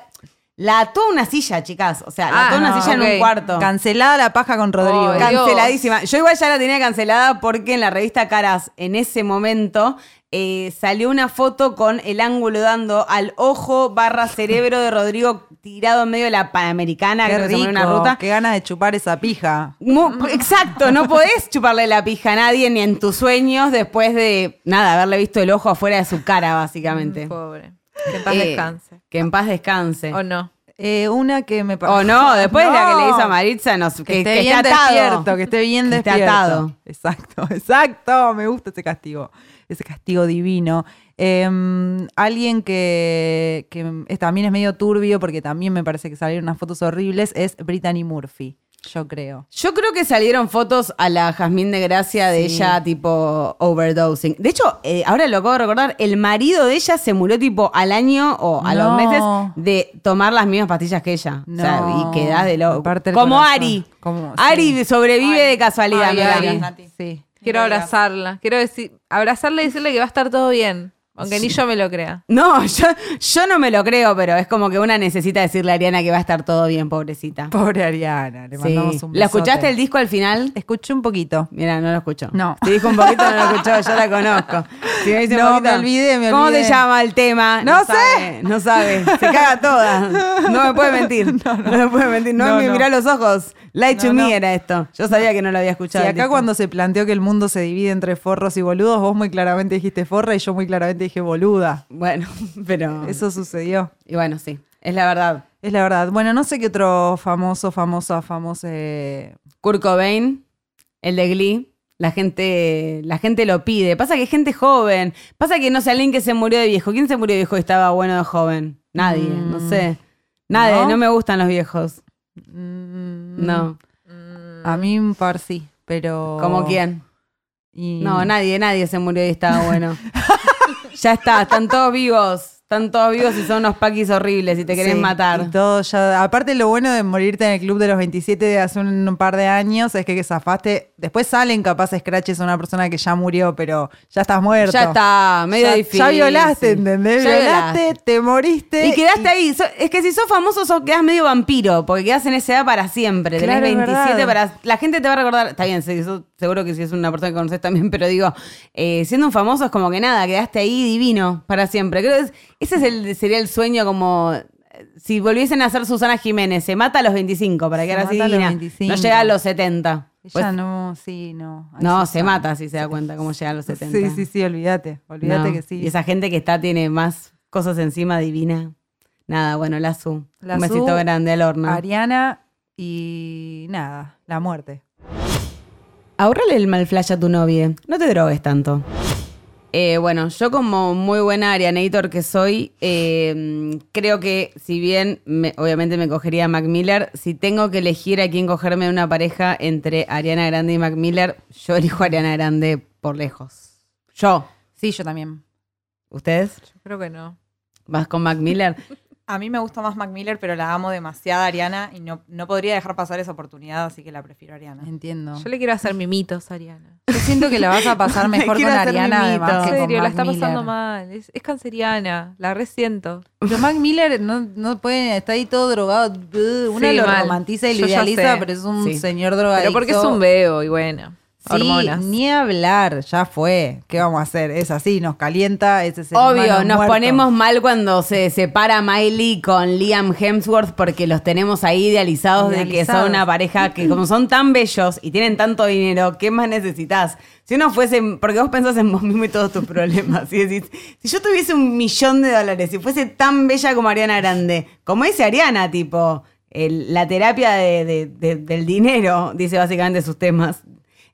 Speaker 2: la ató a una silla, chicas. O sea, la
Speaker 4: Ah,
Speaker 2: ató a una
Speaker 4: no,
Speaker 2: silla en un
Speaker 4: ok.
Speaker 2: cuarto.
Speaker 1: Cancelada la paja con Rodrigo.
Speaker 4: Oh, Dios.
Speaker 2: Canceladísima. Yo igual ya la tenía cancelada porque en la revista Caras, en ese momento, eh, salió una foto con el ángulo dando al ojo barra cerebro de Rodrigo tirado en medio de la Panamericana,
Speaker 1: Qué
Speaker 2: creo que se
Speaker 1: rico,
Speaker 2: murió en una ruta.
Speaker 1: qué ganas de chupar esa pija.
Speaker 2: Mu- Exacto, no podés chuparle la pija a nadie ni en tus sueños después de, nada, haberle visto el ojo afuera de su cara, básicamente.
Speaker 4: Pobre. Que en paz
Speaker 2: Eh,
Speaker 4: descanse.
Speaker 2: Que en paz descanse.
Speaker 4: ¿O no?
Speaker 1: Eh, una que me
Speaker 2: O no, después la que le hizo a Maritza, nos, que,
Speaker 1: Que, esté
Speaker 2: que
Speaker 1: bien
Speaker 2: esté atado.
Speaker 1: despierto, que esté bien
Speaker 2: Que esté
Speaker 1: despierto.
Speaker 2: atado.
Speaker 1: Exacto, exacto. Me gusta ese castigo. Ese castigo divino. Em, alguien que, que es- también es medio turbio, porque también me parece que salieron unas fotos horribles, es Brittany Murphy, yo creo.
Speaker 2: Yo creo que salieron fotos a la Jazmín de Gracia de ella tipo overdosing. De hecho, eh, ahora lo acabo de recordar, el marido de ella se murió tipo al año o a
Speaker 1: No.
Speaker 2: los meses de tomar las mismas pastillas que ella. O sea,
Speaker 1: No.
Speaker 2: y quedás de
Speaker 1: Me
Speaker 2: loco.
Speaker 1: parte el
Speaker 2: Como
Speaker 1: corazón.
Speaker 2: Ari.
Speaker 1: Como-
Speaker 2: Ari sobrevive
Speaker 3: Ay.
Speaker 2: de casualidad.
Speaker 3: Ay,
Speaker 2: mirá.
Speaker 3: Ari.
Speaker 1: Sí.
Speaker 4: Quiero
Speaker 3: No digas.
Speaker 4: abrazarla. Quiero decir, abrazarla y decirle que va a estar todo bien. Aunque ni yo me lo crea.
Speaker 2: No, yo, yo no me lo creo, pero es como que una necesita decirle a Ariana que va a estar todo bien, pobrecita.
Speaker 1: Pobre Ariana, le
Speaker 2: Sí.
Speaker 1: mandamos un
Speaker 2: ¿La escuchaste el
Speaker 1: día?
Speaker 2: disco al final?
Speaker 1: Escuché un poquito.
Speaker 2: Mira, no lo escuchó.
Speaker 1: No.
Speaker 2: Te dijo un poquito, no lo escuchó, yo la conozco. Si me dice un
Speaker 1: No,
Speaker 2: poquito,
Speaker 1: me olvidé, me
Speaker 2: ¿Cómo
Speaker 1: olvidé.
Speaker 2: te llama el tema?
Speaker 1: No sé.
Speaker 2: sabe, no sabe. Se caga toda. No me puede mentir. No, me puede mentir. No,
Speaker 1: No,
Speaker 2: me
Speaker 1: no.
Speaker 2: mirá los ojos. Light to
Speaker 1: No,
Speaker 2: me
Speaker 1: no.
Speaker 2: era esto. Yo sabía que no lo había escuchado.
Speaker 1: Sí,
Speaker 2: el
Speaker 1: acá
Speaker 2: disco.
Speaker 1: cuando se planteó que el mundo se divide entre forros y boludos, vos muy claramente dijiste forra y yo muy claramente dije boluda.
Speaker 2: Bueno, pero.
Speaker 1: Eso sucedió.
Speaker 2: Y bueno, sí. Es la verdad.
Speaker 1: Es la verdad. Bueno, no sé qué otro famoso, famosa, famoso. eh,
Speaker 2: Kurt Cobain, el de Glee. La gente, la gente lo pide. Pasa que es gente joven. Pasa que no sé, alguien que se murió de viejo. ¿Quién se murió de viejo y estaba bueno de joven? Nadie, no sé. Nadie,
Speaker 1: Mm. ¿No?
Speaker 2: no me gustan los viejos.
Speaker 1: mm,
Speaker 2: No.
Speaker 1: A mí un par sí, pero.
Speaker 2: ¿Como quién?
Speaker 1: Y-
Speaker 2: No, nadie, nadie se murió y estaba bueno. ya está, están todos vivos. Están todos vivos y son unos paquis horribles y te quieren
Speaker 1: Sí,
Speaker 2: matar.
Speaker 1: y todo ya- aparte, lo bueno de morirte en el club de los 27 de hace un, un par de años es que, que zafaste. Después salen capaz scratches a una persona que ya murió, pero ya estás muerto.
Speaker 2: Ya está, medio
Speaker 1: ya,
Speaker 2: difícil.
Speaker 1: Ya violaste, ¿entendés?
Speaker 2: Ya
Speaker 1: violaste, te moriste.
Speaker 2: Y quedaste ahí. So- es que si sos famoso, sos, quedás medio vampiro, porque quedás en esa edad para siempre.
Speaker 1: Claro, es
Speaker 2: Tenés 27
Speaker 1: verdad.
Speaker 2: para. La gente te va a recordar. Está bien, sí, eso- seguro que si es una persona que conoces también, pero digo, eh, siendo un famoso es como que nada, quedaste ahí divino para siempre. Creo que es- ese es el, sería el sueño como. eh, Si volviesen a ser Susana Jiménez, se mata a los 25 para
Speaker 1: Se
Speaker 2: que ahora sí
Speaker 1: mata a los
Speaker 2: divina.
Speaker 1: 25.
Speaker 2: No llega a los 70. Pues-
Speaker 1: Ella no, sí, no. Ahí
Speaker 2: no,
Speaker 1: ya
Speaker 2: se
Speaker 1: está.
Speaker 2: mata si se da cuenta cómo llega a los 70.
Speaker 1: Sí, sí, sí, olvídate. Olvídate
Speaker 2: No,
Speaker 1: que sí.
Speaker 2: Y esa gente que está tiene más cosas encima divina. Nada, bueno, la SU.
Speaker 1: La
Speaker 2: Un besito
Speaker 1: Su,
Speaker 2: grande al horno.
Speaker 1: Ariana y nada, la muerte.
Speaker 2: Ahorrale el mal flash a tu novia. No te drogues tanto. Eh, bueno, yo como muy buena Arianator que soy, eh, creo que si bien me- obviamente me cogería a Mac Miller, si tengo que elegir a quién cogerme en una pareja entre Ariana Grande y Mac Miller, yo elijo a Ariana Grande por lejos. Yo.
Speaker 1: Sí, yo también.
Speaker 2: ¿Ustedes?
Speaker 4: Yo creo que no.
Speaker 2: ¿Vas con Mac Miller?
Speaker 3: A mí me gusta más Mac Miller, pero la amo demasiado, Ariana, y no, no podría dejar pasar esa oportunidad, así que la prefiero a Ariana.
Speaker 1: Entiendo.
Speaker 4: Yo le quiero hacer mimitos a Ariana.
Speaker 1: Yo siento que la vas a pasar mejor con
Speaker 2: quiero hacer
Speaker 1: Ariana
Speaker 2: mimito.
Speaker 1: además
Speaker 4: En
Speaker 1: que con
Speaker 4: serio, la
Speaker 1: Mac
Speaker 4: está pasando
Speaker 1: Miller.
Speaker 4: mal. Es, es canceriana. La resiento.
Speaker 1: Pero Mac Miller no, no puede, está ahí todo drogado. Buh, Una
Speaker 4: Sí,
Speaker 1: lo
Speaker 4: mal.
Speaker 1: romantiza y lo
Speaker 4: Yo ya
Speaker 1: idealiza,
Speaker 4: sé.
Speaker 1: pero es un
Speaker 2: Sí.
Speaker 1: señor drogadicto.
Speaker 4: Pero porque es un bebo y bueno.
Speaker 1: Sí,
Speaker 4: hormonas.
Speaker 1: ni hablar, ya fue. ¿Qué vamos a hacer? Es así, nos calienta, ese es el
Speaker 2: Obvio,
Speaker 1: humano
Speaker 2: nos
Speaker 1: muerto.
Speaker 2: ponemos mal cuando se separa Miley con Liam Hemsworth porque los tenemos ahí idealizados, de que
Speaker 1: Idealizados.
Speaker 2: son una pareja que como son tan bellos y tienen tanto dinero, ¿qué más necesitas? Si uno fuese, porque vos pensás en vos mismo y todos tus problemas, y decís, si yo tuviese un millón de dólares, si fuese tan bella como Ariana Grande, como dice Ariana, tipo, el- la terapia de- de- de- del dinero, dice básicamente sus temas.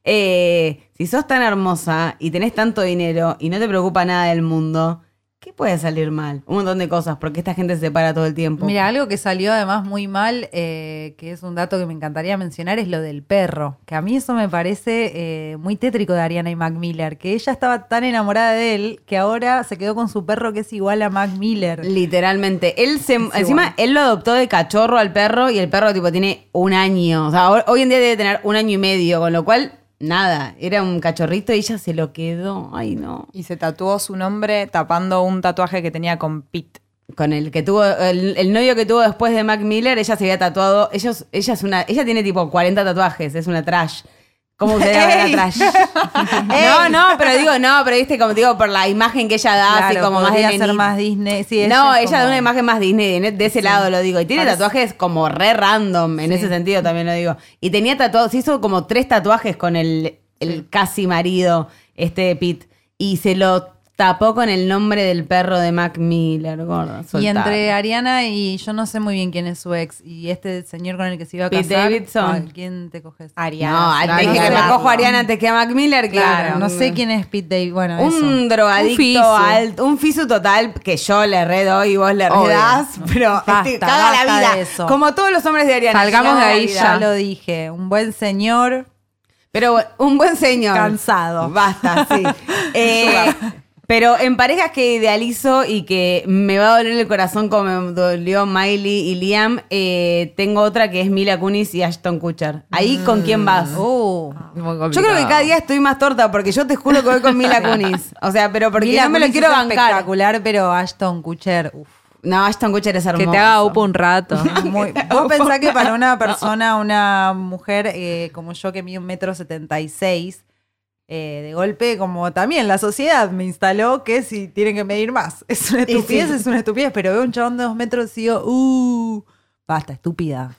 Speaker 2: Eh, si sos tan hermosa y tenés tanto dinero y no te preocupa nada del mundo, ¿qué puede salir mal? Un montón de cosas, porque esta gente se separa todo el tiempo.
Speaker 1: Mira, algo que salió además muy mal, eh, que es un dato que me encantaría mencionar, es lo del perro. Que a mí eso me parece eh, muy tétrico de Ariana y Mac Miller, que ella estaba tan enamorada de él que ahora se quedó con su perro que es igual a Mac Miller.
Speaker 2: Literalmente. Él se,
Speaker 1: igual.
Speaker 2: encima, él lo adoptó de cachorro al perro y el perro, tipo, tiene un año. O sea, ho- hoy en día debe tener un año y medio, con lo cual, nada. Era un cachorrito y ella se lo quedó. Ay, no.
Speaker 3: Y se tatuó su nombre tapando un tatuaje que tenía con Pete.
Speaker 2: Con el que tuvo, el, el novio que tuvo después de Mac Miller, ella se había tatuado. Ellos, ella es una, ella tiene tipo 40 tatuajes, es una trash. ¿Cómo usted va atrás? No, no, pero digo, no, pero viste, como digo, por la imagen que ella da, así
Speaker 1: Claro,
Speaker 2: Ah, como más de
Speaker 1: podría ser
Speaker 2: nenita.
Speaker 1: más Disney. Sí,
Speaker 2: no,
Speaker 1: es
Speaker 2: ella da
Speaker 1: como-
Speaker 2: una imagen más Disney, de, de ese lado lo digo. Y tiene
Speaker 1: Parece-
Speaker 2: tatuajes como re random, en
Speaker 1: Sí.
Speaker 2: ese sentido también lo digo. Y tenía tatuados, se hizo como tres tatuajes con el, el casi marido, este de Pete. Y se lo tapó con el nombre del perro de Mac Miller, gordo.
Speaker 1: Y entre
Speaker 2: soltalo.
Speaker 1: Ariana y yo no sé muy bien quién es su ex y este señor con el que se iba a
Speaker 2: Pete
Speaker 1: casar.
Speaker 2: Davidson. Ah,
Speaker 1: ¿a ¿Quién te coges?
Speaker 2: No,
Speaker 3: Ariana.
Speaker 2: antes
Speaker 1: no
Speaker 2: que
Speaker 1: sé.
Speaker 2: me cojo a Ariana antes que a Mac Miller, claro.
Speaker 1: Claro, no sé quién es Pete Davidson. Bueno, eso.
Speaker 2: Un drogadicto
Speaker 4: fisu.
Speaker 2: alto, un fisu total que yo le redo y vos le
Speaker 4: Obvio.
Speaker 2: redás, pero este,
Speaker 1: Basta,
Speaker 2: caga la
Speaker 1: basta
Speaker 2: vida.
Speaker 1: de eso.
Speaker 2: Como todos los hombres de Ariana.
Speaker 4: Salgamos
Speaker 2: caga la
Speaker 4: de ahí
Speaker 2: vida.
Speaker 1: Ya lo dije, un buen señor.
Speaker 2: Pero bueno, un buen señor.
Speaker 1: Cansado.
Speaker 2: Basta, sí. Eh, pero en parejas que idealizo y que me va a doler el corazón como me dolió Miley y Liam, eh, tengo otra que es Mila Kunis y Ashton Kutcher. Ahí con quién vas.
Speaker 1: Mm. Uh,
Speaker 2: Yo creo que cada día estoy más torta porque yo te juro que voy con Mila Kunis. O sea, pero porque
Speaker 1: Mila
Speaker 2: no me lo
Speaker 1: Kunis
Speaker 2: quiero
Speaker 1: es
Speaker 2: bancar.
Speaker 1: espectacular, pero Ashton Kutcher, uf.
Speaker 2: No, Ashton Kutcher es hermoso.
Speaker 4: Que te haga upa un rato.
Speaker 1: Muy- Vos pensás que para una persona, una mujer eh, como yo que mide un metro setenta y seis, eh, de golpe, como también la sociedad me instaló que si tienen que medir más. Es una
Speaker 2: sí.
Speaker 1: estupidez, es una estupidez, pero veo un chabón de dos metros y digo, uh, basta, estúpida.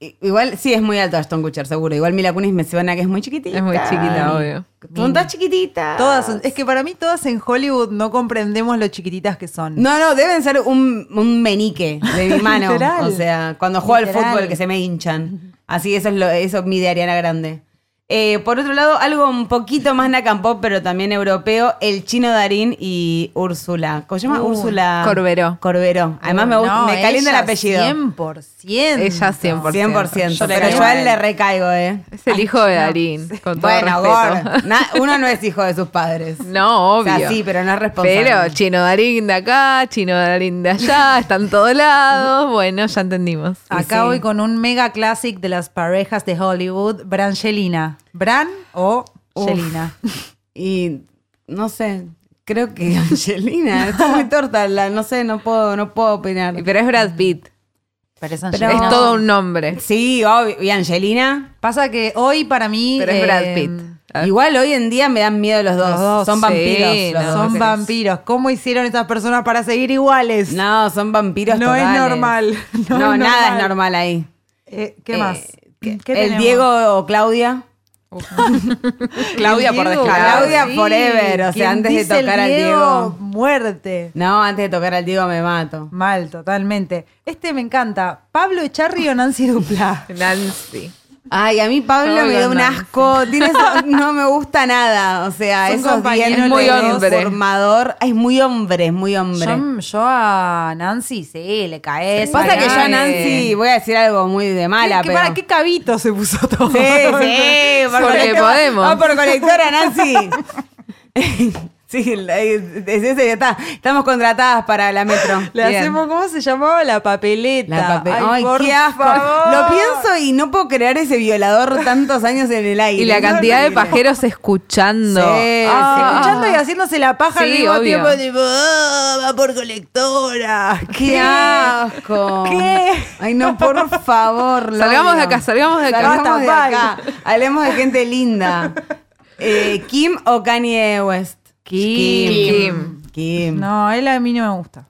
Speaker 2: I- Igual sí es muy alto Ashton Kutcher, seguro. Igual Mila Kunis me suena que es muy chiquitita.
Speaker 4: Es muy chiquita, obvio.
Speaker 2: Son todas chiquititas.
Speaker 1: Todas, son- es que para mí todas en Hollywood no comprendemos lo chiquititas que son.
Speaker 2: No, no, deben ser un, un menique de mi mano.
Speaker 1: Literal.
Speaker 2: o sea, cuando juego al
Speaker 1: Literal.
Speaker 2: fútbol que se me hinchan. Así, eso es lo, eso mide Ariana Grande. Eh, por otro lado, algo un poquito más nacampop, pero también europeo, el chino Darín y Úrsula. ¿Cómo se llama?
Speaker 1: Uh,
Speaker 2: Úrsula.
Speaker 4: Corberó.
Speaker 2: Corberó. Además, me, gusta-
Speaker 1: No,
Speaker 2: me calienta el
Speaker 1: ella
Speaker 2: apellido.
Speaker 1: 100%.
Speaker 4: Ella 100%.
Speaker 2: 100%.
Speaker 4: Yo le
Speaker 2: pero
Speaker 4: caigo
Speaker 2: yo
Speaker 4: a
Speaker 2: a él le recaigo, ¿eh?
Speaker 4: Es el hijo de Darín, con todo
Speaker 2: Bueno,
Speaker 4: respeto.
Speaker 2: Gor, na- uno no es hijo de sus padres.
Speaker 4: No,
Speaker 2: O
Speaker 4: obvio.
Speaker 2: sea, sí, pero no es responsable.
Speaker 4: Pero chino Darín de acá, chino Darín de allá, están todos lados. Bueno, ya entendimos.
Speaker 1: Acá voy con un mega classic de las parejas de Hollywood, Brangelina. Bran o
Speaker 2: Uf.
Speaker 1: Angelina.
Speaker 2: Y no sé, creo que Angelina está muy torta, la- no sé, no puedo, no puedo opinar.
Speaker 4: Pero es Brad Pitt.
Speaker 1: Pero es
Speaker 2: Pero-
Speaker 1: Angelina.
Speaker 4: Es todo un nombre.
Speaker 2: Sí, obvio. Y Angelina.
Speaker 1: Pasa que hoy para mí.
Speaker 4: Pero es
Speaker 1: eh,
Speaker 4: Brad Pitt.
Speaker 2: Igual hoy en día me dan miedo los dos.
Speaker 1: Los dos,
Speaker 2: son
Speaker 1: sí,
Speaker 2: vampiros. los
Speaker 4: no,
Speaker 2: dos.
Speaker 1: Son vampiros. ¿Cómo hicieron estas personas para seguir iguales?
Speaker 2: No, son vampiros
Speaker 1: No es
Speaker 2: totales.
Speaker 1: normal,
Speaker 2: No,
Speaker 1: no es normal.
Speaker 2: nada es normal ahí.
Speaker 1: Eh, ¿Qué
Speaker 2: Eh,
Speaker 1: más?
Speaker 2: que-
Speaker 1: ¿Qué
Speaker 2: el
Speaker 1: tenemos?
Speaker 2: Diego o Claudia.
Speaker 4: Claudia por
Speaker 1: Diego,
Speaker 4: descarado.
Speaker 2: Claudia forever, o sea,
Speaker 1: Quien
Speaker 2: antes de
Speaker 1: dice el
Speaker 2: tocar al Diego.
Speaker 1: Muerte.
Speaker 2: No, antes de tocar al Diego me mato.
Speaker 1: Mal, totalmente. Este me encanta. ¿Pablo Echarri o Nancy Dupla?
Speaker 2: Eh,
Speaker 4: Nancy.
Speaker 2: Ay, a mí Pablo
Speaker 4: Ay,
Speaker 2: me da un
Speaker 4: Nancy.
Speaker 2: asco. Tiene eso- no me gusta nada. O sea,
Speaker 1: Son
Speaker 2: esos
Speaker 1: compañeros
Speaker 2: dientes
Speaker 4: muy hombre.
Speaker 2: formador. Ay, es muy hombre, es muy hombre.
Speaker 1: Yo, yo a Nancy, sí, le caes.
Speaker 2: Pasa que yo a
Speaker 1: caes.
Speaker 2: Nancy voy a decir algo muy de mala,
Speaker 1: ¿Qué- qué-
Speaker 2: pero.
Speaker 1: ¿Para qué cabito se puso todo?
Speaker 2: Sí, sí, por
Speaker 4: Porque
Speaker 2: conector-
Speaker 4: podemos.
Speaker 2: Ah, por conectora, Nancy. sí, la- es ese, ya está. Estamos contratadas para la metro.
Speaker 1: Le
Speaker 4: Bien.
Speaker 1: hacemos, ¿cómo se llamaba? La papeleta.
Speaker 2: La papel- Ay,
Speaker 1: por
Speaker 2: qué asco.
Speaker 1: favor.
Speaker 2: Lo pienso y no puedo creer ese violador tantos años en el aire.
Speaker 4: Y la
Speaker 2: Es
Speaker 4: cantidad de
Speaker 2: horrible.
Speaker 4: pajeros escuchando.
Speaker 2: eh, Sí,
Speaker 4: Ah.
Speaker 1: Escuchando y haciéndose la paja al
Speaker 4: Sí,
Speaker 1: mismo
Speaker 4: obvio.
Speaker 1: tiempo, tipo, "Ah, va por colectora.
Speaker 2: ¡Qué asco!
Speaker 1: ¿Qué?
Speaker 2: Ay, no, por favor. lo
Speaker 4: Salgamos de
Speaker 2: odio.
Speaker 4: acá, salgamos de acá.
Speaker 2: Salgamos de
Speaker 1: Basta, bye.
Speaker 2: acá. Hablemos de gente linda. Eh, ¿Kim o Kanye West?
Speaker 1: Kim.
Speaker 2: Kim. Kim.
Speaker 1: No, él a mí no me gusta.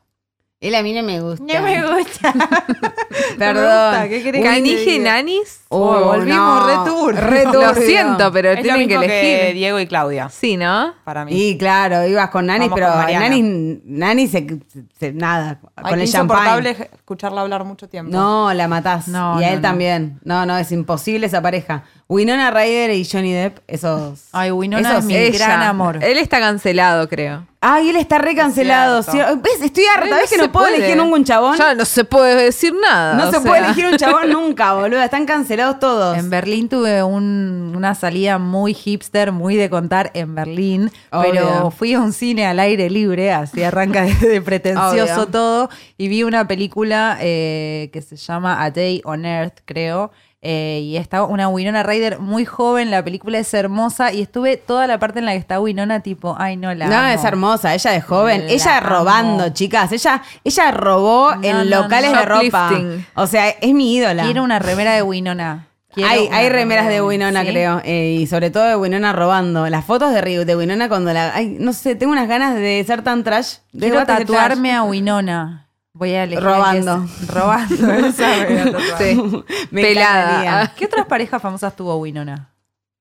Speaker 2: Él a mí no me gusta.
Speaker 1: gusta.
Speaker 2: Perdón.
Speaker 1: gusta, ¿qué querés que te
Speaker 4: Canije
Speaker 1: diga?
Speaker 4: Nanis.
Speaker 2: Oh,
Speaker 1: volvimos
Speaker 2: no.
Speaker 1: re turbio.
Speaker 2: Re turbio.
Speaker 4: Lo siento, pero
Speaker 3: Es lo
Speaker 4: tienen que
Speaker 3: mismo que
Speaker 4: elegir.
Speaker 3: Diego y Claudia,
Speaker 4: Sí, ¿no?
Speaker 3: para mí.
Speaker 2: Y claro, ibas con Nani,
Speaker 3: Vamos
Speaker 2: pero
Speaker 3: con Mariana.
Speaker 2: Nani, Nani se, se- nada,
Speaker 3: Ay,
Speaker 2: con
Speaker 3: qué
Speaker 2: el
Speaker 3: insoportable
Speaker 2: champán.
Speaker 3: escucharla hablar mucho tiempo.
Speaker 2: No, la matás.
Speaker 1: No,
Speaker 2: y a
Speaker 1: no, no.
Speaker 2: él también. No, no, es imposible esa pareja. Winona Ryder y Johnny Depp, esos.
Speaker 1: Ay, Winona
Speaker 2: esos
Speaker 1: es mi
Speaker 2: ellos.
Speaker 1: gran amor.
Speaker 4: Él está cancelado, creo.
Speaker 2: Ay, él está recancelado.
Speaker 3: Es cierto.
Speaker 2: ¿Ves? Estoy
Speaker 4: Ay,
Speaker 2: harta. ¿Ves que
Speaker 4: se
Speaker 2: no puedo
Speaker 4: puede.
Speaker 2: elegir nunca un chabón?
Speaker 4: Ya no se puede decir nada.
Speaker 2: no
Speaker 4: o
Speaker 2: se
Speaker 4: sea.
Speaker 2: puede elegir un chabón nunca, boluda. Están cancelados todos.
Speaker 1: En Berlín tuve un- una salida muy hipster, muy de contar en Berlín,
Speaker 2: Obvio.
Speaker 1: pero fui a un cine al aire libre, así arranca desde pretencioso
Speaker 2: Obvio.
Speaker 1: todo, y vi una película eh, que se llama A Day on Earth, creo. eh, y está una Winona Ryder muy joven, la película es hermosa y estuve toda la parte en la que está Winona tipo, ay no la
Speaker 2: no,
Speaker 1: amo".
Speaker 2: es hermosa. Ella de joven.
Speaker 1: La
Speaker 2: ella
Speaker 1: amo.
Speaker 2: robando, chicas. Ella, ella robó
Speaker 1: No,
Speaker 2: en
Speaker 1: no,
Speaker 2: locales
Speaker 1: no.
Speaker 2: de ropa.
Speaker 4: Shoplifting.
Speaker 2: O sea, es mi ídola.
Speaker 1: Quiero una remera de Winona. Quiero
Speaker 2: hay,
Speaker 1: una
Speaker 2: hay remeras de Winona,
Speaker 1: ¿sí?
Speaker 2: creo. eh, y sobre todo de Winona robando. Las fotos de, Ri- de Winona cuando la. Ay, no sé, tengo unas ganas de ser tan trash. De
Speaker 1: Quiero
Speaker 2: gatas de trash.
Speaker 1: tatuarme a Winona. Voy a elegir.
Speaker 2: Robando.
Speaker 1: esa. Robando. esa me voy a tatuar.
Speaker 4: Sí.
Speaker 2: Me
Speaker 4: Pelada.
Speaker 2: encantaría.
Speaker 1: ¿Qué otras parejas famosas tuvo Winona?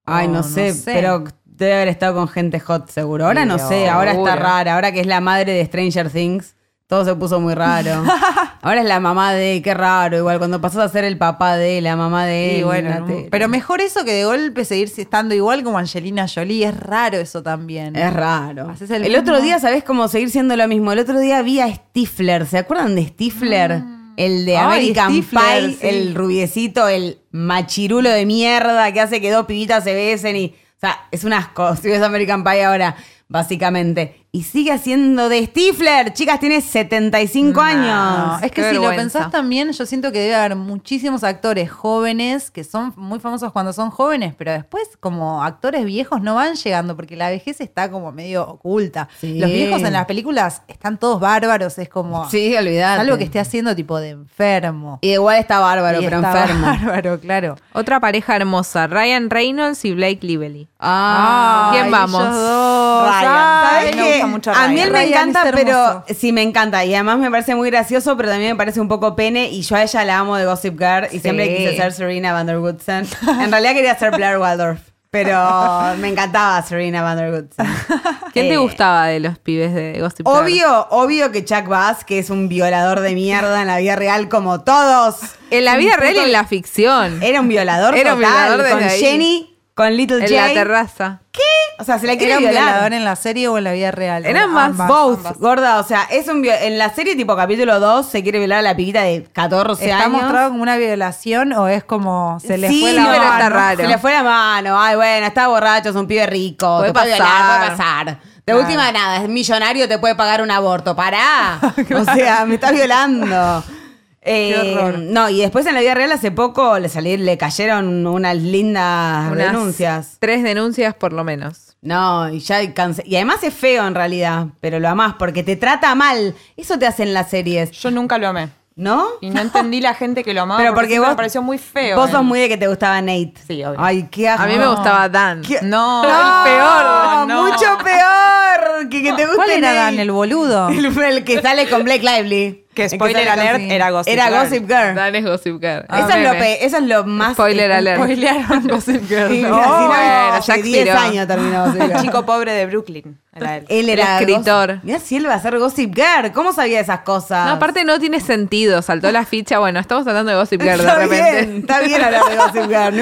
Speaker 2: Ay, no,
Speaker 1: Oh,
Speaker 2: sé, pero debe haber estado con gente hot, seguro. Ahora no
Speaker 1: Pero-
Speaker 2: sé, ahora está
Speaker 4: Seguro.
Speaker 2: rara. Ahora que es la madre de Stranger Things, todo se puso muy raro. ahora es la mamá de, qué raro. Igual cuando pasas a ser el papá de, la mamá de.
Speaker 1: Y
Speaker 2: él,
Speaker 1: bueno,
Speaker 2: la
Speaker 1: no-
Speaker 2: tele.
Speaker 1: pero mejor eso que de golpe seguir estando igual como Angelina Jolie. Es raro eso también.
Speaker 2: Es raro.
Speaker 1: Haces
Speaker 2: el
Speaker 1: el mismo.
Speaker 2: otro día, ¿sabés cómo seguir siendo lo mismo? El otro día vi a Stifler. ¿Se acuerdan de Stifler? El de
Speaker 1: Mm. Ay,
Speaker 2: American
Speaker 1: Stifler,
Speaker 2: Pie,
Speaker 1: sí.
Speaker 2: el rubiecito, el machirulo de mierda que hace que dos pibitas se besen y. O sea, es un asco. Si ves American Pie ahora, básicamente. Y sigue haciendo de Stifler. Chicas, tiene 75
Speaker 1: No,
Speaker 2: años.
Speaker 1: es que
Speaker 4: Qué
Speaker 1: si lo
Speaker 4: vergüenza.
Speaker 1: pensás también, yo siento que debe haber muchísimos actores jóvenes que son muy famosos cuando son jóvenes, pero después como actores viejos no van llegando porque la vejez está como medio oculta.
Speaker 2: Sí.
Speaker 1: Los viejos en las películas están todos bárbaros, es como
Speaker 2: Sí, olvidate.
Speaker 1: algo que esté haciendo tipo de enfermo.
Speaker 2: Y igual está bárbaro,
Speaker 1: Y
Speaker 2: pero
Speaker 1: está
Speaker 2: enfermo.
Speaker 1: Bárbaro, claro.
Speaker 4: Otra pareja hermosa, Ryan Reynolds y Blake Lively.
Speaker 2: Ah,
Speaker 4: ¿Quién
Speaker 1: Ay,
Speaker 4: vamos?
Speaker 1: ellos dos.
Speaker 3: Ryan.
Speaker 1: Ay,
Speaker 3: ¿Sabés
Speaker 1: me
Speaker 3: qué?
Speaker 1: gusta mucho
Speaker 2: a mí
Speaker 1: Ryan.
Speaker 2: él me
Speaker 1: Ryan es
Speaker 2: encanta, pero
Speaker 1: hermoso.
Speaker 2: sí me encanta. Y además me parece muy gracioso, pero también me parece un poco pene. Y yo a ella la amo de Gossip Girl. Y
Speaker 4: Sí.
Speaker 2: siempre quise ser Serena Van der Woodsen. En realidad quería ser Blair Waldorf. Pero me encantaba Serena Van der Woodsen.
Speaker 4: ¿Quién te
Speaker 2: Eh,
Speaker 4: gustaba de los pibes de Gossip Girl?
Speaker 2: Obvio, obvio que Chuck Bass, que es un violador de mierda en la vida real como todos.
Speaker 4: En la vida real y en la ficción.
Speaker 2: Era un violador
Speaker 4: Era un
Speaker 2: total,
Speaker 4: violador desde
Speaker 2: con
Speaker 4: ahí.
Speaker 2: Jenny, con Little
Speaker 4: en
Speaker 2: Jay.
Speaker 4: la terraza.
Speaker 2: O sea, se la quiere
Speaker 1: ¿Era un
Speaker 2: violar.
Speaker 1: violador en la serie o en la vida real?
Speaker 4: Era
Speaker 1: O
Speaker 4: más
Speaker 1: ambas.
Speaker 2: Both,
Speaker 1: Ambas.
Speaker 2: gorda, o sea, es un vio- en la serie tipo capítulo 2 se quiere violar a la piquita de 14
Speaker 1: ¿Está
Speaker 2: años.
Speaker 1: mostrado como una violación o es como se le
Speaker 2: Sí,
Speaker 1: fue la
Speaker 2: pero
Speaker 1: mano?
Speaker 4: está raro.
Speaker 2: Se le fue la mano. Ay, bueno, está borracho, es un pibe rico.
Speaker 4: Puede
Speaker 2: te puede violar,
Speaker 4: pasar.
Speaker 2: puede pasar. De última nada, es millonario, te puede pagar un aborto. Pará. O sea, me está violando. Eh,
Speaker 1: horror.
Speaker 2: no, y después en la vida real hace poco le salí- le cayeron unas lindas
Speaker 4: Unas
Speaker 2: denuncias.
Speaker 4: Tres denuncias por lo menos.
Speaker 2: No, y ya canse- Y además es feo en realidad, pero lo amás porque te trata mal. Eso te hacen las series,
Speaker 3: Yo nunca lo amé.
Speaker 2: ¿no?
Speaker 3: Y no entendí la gente que lo amaba.
Speaker 2: Pero porque
Speaker 3: siempre
Speaker 2: vos.
Speaker 3: Me pareció muy feo.
Speaker 2: Vos sos
Speaker 3: él.
Speaker 2: muy de que te gustaba Nate.
Speaker 3: Sí, obvio.
Speaker 2: Ay, qué asco.
Speaker 4: A mí me gustaba Dan.
Speaker 2: ¿Qué?
Speaker 3: No,
Speaker 2: No,
Speaker 3: el peor. No.
Speaker 2: Mucho peor que que te guste
Speaker 1: ¿Cuál era
Speaker 2: Nate.
Speaker 1: Dan, el boludo?
Speaker 2: El, el que sale con Blake Lively.
Speaker 3: Que
Speaker 2: El
Speaker 3: spoiler
Speaker 2: sale con-
Speaker 3: alert, era Gossip
Speaker 2: Era
Speaker 3: Girl.
Speaker 2: Gossip Girl.
Speaker 4: Dan es Gossip Girl.
Speaker 2: Eso,
Speaker 4: Ah,
Speaker 2: es lo
Speaker 4: meme.
Speaker 2: pe- eso es lo más. este,
Speaker 4: Spoiler alert.
Speaker 3: Spoilearon Gossip Girl.
Speaker 2: Sí,
Speaker 3: No.
Speaker 2: así no,
Speaker 4: bueno,
Speaker 2: hace
Speaker 4: ya
Speaker 2: 10
Speaker 4: expiró.
Speaker 2: años terminó Gossip
Speaker 3: El
Speaker 2: Girl.
Speaker 3: chico pobre de Brooklyn. Era él.
Speaker 2: Él
Speaker 4: Era
Speaker 2: era
Speaker 4: escritor.
Speaker 2: Mira si él va a ser Gossip Girl. ¿Cómo sabía esas cosas?
Speaker 4: No, aparte no tiene sentido. Saltó la ficha. Bueno, estamos hablando de Gossip Girl de
Speaker 2: Está
Speaker 4: repente.
Speaker 2: bien, está bien hablar de Gossip Girl. No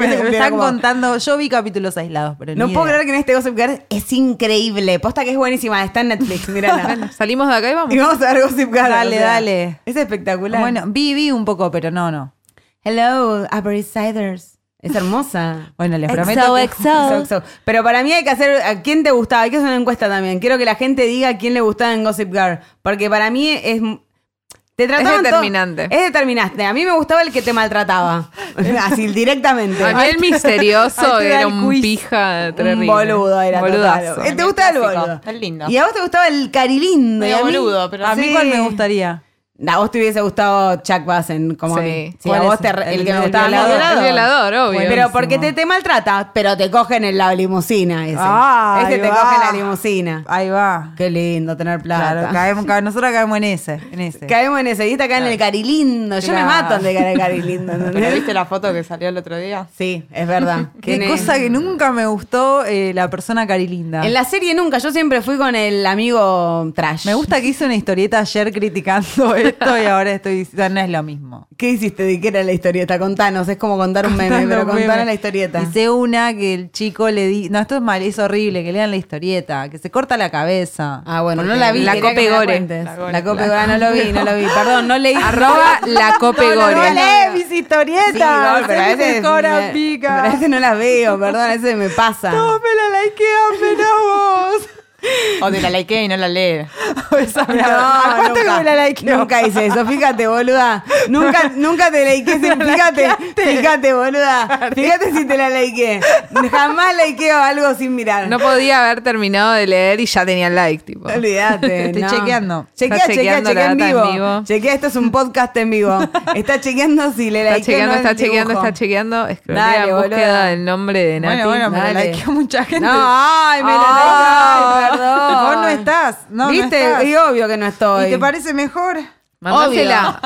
Speaker 2: que
Speaker 1: Me,
Speaker 2: se
Speaker 1: me
Speaker 2: cumpliera
Speaker 1: están
Speaker 2: como-
Speaker 1: contando, yo vi capítulos aislados, pero
Speaker 2: No
Speaker 1: ni
Speaker 2: puedo
Speaker 1: idea.
Speaker 2: creer que en este Gossip Girl es increíble. Posta que es buenísima. Está en Netflix, mírala.
Speaker 4: Bueno, salimos de acá y vamos.
Speaker 2: y vamos a ver Gossip Girl.
Speaker 1: Dale, dale.
Speaker 2: Es espectacular.
Speaker 1: Bueno, vi, vi un poco, pero no, no.
Speaker 2: Hello, Upper East Siders. Es hermosa.
Speaker 1: Bueno, les prometo que-
Speaker 2: XOXO. Pero para mí hay que hacer a quién te gustaba. Hay que hacer una encuesta también. Quiero que la gente diga quién le gustaba en Gossip Girl. Porque para mí es. Te trataban to-
Speaker 4: determinante.
Speaker 2: Es determinante. A mí me gustaba el que te maltrataba. Así directamente.
Speaker 4: A mí el misterioso
Speaker 2: Ahí te da
Speaker 4: era
Speaker 2: el
Speaker 4: un
Speaker 2: quiz.
Speaker 4: pija terrible.
Speaker 2: Un boludo era
Speaker 4: Boludazo.
Speaker 2: total. Eh, ¿Te gusta el
Speaker 3: Clásico,
Speaker 2: boludo?
Speaker 3: es lindo.
Speaker 2: Y a vos te gustaba el carilindo. y
Speaker 3: Medio
Speaker 2: a mí-
Speaker 3: boludo, pero
Speaker 1: A mí
Speaker 2: Sí.
Speaker 1: cuál me gustaría.
Speaker 2: A vos te hubiese gustado Chuck Bass en- como a
Speaker 4: Sí.
Speaker 2: mí. Sí,
Speaker 1: ¿Cuál
Speaker 2: a vos
Speaker 1: es?
Speaker 2: te re- el,
Speaker 1: El
Speaker 2: que me
Speaker 1: del
Speaker 2: gustaba
Speaker 1: violador.
Speaker 4: El violador, obvio.
Speaker 2: Pero
Speaker 1: Buenísimo.
Speaker 2: porque te, te maltrata, pero te cogen en la limusina ese.
Speaker 1: Ah,
Speaker 2: ese
Speaker 1: ahí
Speaker 2: Este te
Speaker 1: va.
Speaker 2: coge en la limusina.
Speaker 1: Ahí va.
Speaker 2: Qué lindo tener plata.
Speaker 1: Claro, caemos, ca- nosotros caemos en ese, en ese.
Speaker 2: Caemos en ese, y acá en el carilindo. Yo me
Speaker 1: Claro.
Speaker 2: mato de cara al carilindo.
Speaker 3: ¿Pero
Speaker 2: ¿entendés?
Speaker 3: viste la foto que salió el otro día?
Speaker 2: sí, es verdad.
Speaker 1: Qué
Speaker 2: Tiene-
Speaker 1: cosa que nunca me gustó eh, la persona carilinda.
Speaker 2: En la serie nunca, yo siempre fui con el amigo trash.
Speaker 1: Me gusta que hice una historieta ayer criticando esto y ahora estoy diciendo, no es lo mismo.
Speaker 2: ¿Qué hiciste? ¿De qué era la historieta? Contanos, es como contar un meme,
Speaker 1: Contando
Speaker 2: pero
Speaker 1: un meme.
Speaker 2: contanos la historieta.
Speaker 1: Hice una que el chico le di. No, esto es mal, es horrible, que lean la historieta, que se corta la cabeza.
Speaker 2: Ah, bueno,
Speaker 4: Porque
Speaker 2: no la vi.
Speaker 4: la
Speaker 2: quería que
Speaker 4: Cope
Speaker 2: me la
Speaker 4: Gore.
Speaker 2: cuentes.
Speaker 3: La Gore.
Speaker 2: La Cope Gore, no lo vi, no lo vi. Perdón, no leí.
Speaker 4: Arroba la
Speaker 1: No, no, no,
Speaker 4: copegore.
Speaker 1: lee mis historietas.
Speaker 2: Sí, Gore, pero a
Speaker 1: se me
Speaker 2: veces
Speaker 1: cobran
Speaker 2: me-
Speaker 1: pica.
Speaker 2: Pero a veces no las veo, perdón, a veces me pasa.
Speaker 1: No, me la likean, menos
Speaker 3: O te la likea y no la lee.
Speaker 1: vos. Esa me la- ¿A cuánto
Speaker 2: nunca,
Speaker 1: que me la likeó?
Speaker 2: nunca hice eso, fíjate, boluda. Nunca, nunca te likeé, fíjate, Fíjate, boluda. Fíjate si te la likeé. Jamás likeo algo sin mirar.
Speaker 4: No podía haber terminado de leer y ya tenía el like, tipo.
Speaker 2: Olvídate.
Speaker 1: Estoy
Speaker 2: no.
Speaker 1: chequeando.
Speaker 2: Chequea,
Speaker 4: Está
Speaker 2: chequea,
Speaker 4: chequeando
Speaker 2: chequea
Speaker 4: la
Speaker 2: en
Speaker 4: data
Speaker 2: vivo.
Speaker 4: en vivo.
Speaker 2: Chequea, esto es un podcast en vivo. Está chequeando si le
Speaker 4: Está
Speaker 2: likeo
Speaker 4: chequeando,
Speaker 2: o no
Speaker 4: está
Speaker 2: el
Speaker 4: chequeando,
Speaker 2: dibujo.
Speaker 4: está chequeando. Escrolea
Speaker 2: Dale,
Speaker 4: en búsqueda
Speaker 2: boluda.
Speaker 4: del nombre de Nati.
Speaker 1: Bueno, bueno, me la
Speaker 2: dale.
Speaker 1: likeó mucha gente.
Speaker 2: No, ay, me lo
Speaker 1: Ay,
Speaker 2: likeé, perdón.
Speaker 1: Vos no estás. No, no
Speaker 2: ¿Viste?
Speaker 1: estás.
Speaker 2: Y obvio que no estoy.
Speaker 1: ¿Y te parece mejor?
Speaker 4: Mandásela.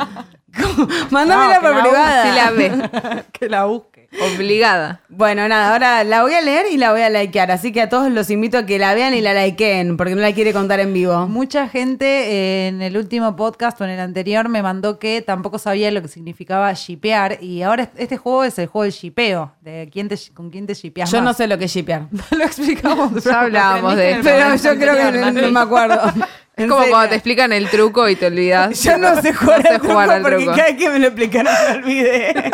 Speaker 2: Mándamela
Speaker 1: No, que
Speaker 2: por
Speaker 1: la
Speaker 2: privada.
Speaker 4: Sí la ve.
Speaker 1: que la busque.
Speaker 4: Obligada.
Speaker 2: Bueno, nada, ahora la voy a leer y la voy a likear. Así que a todos los invito a que la vean y la likeen, porque no la quiere contar en vivo.
Speaker 1: Mucha gente eh, en el último podcast o en el anterior me mandó que tampoco sabía lo que significaba shipear. Y ahora es- este juego es el juego del shipeo, de quién te, con quién te shipeas.
Speaker 2: Yo no sé lo que es shippear.
Speaker 1: lo explicamos.
Speaker 4: Ya hablábamos de esto.
Speaker 2: Pero yo creo que no, no me acuerdo.
Speaker 4: Es
Speaker 2: En
Speaker 4: como
Speaker 2: serio.
Speaker 4: cuando te explican el truco y te olvidas.
Speaker 2: Yo no sé jugar,
Speaker 4: No sé
Speaker 2: al truco
Speaker 4: jugar al
Speaker 2: porque
Speaker 4: truco.
Speaker 2: cada vez que me lo explicaron me olvidé.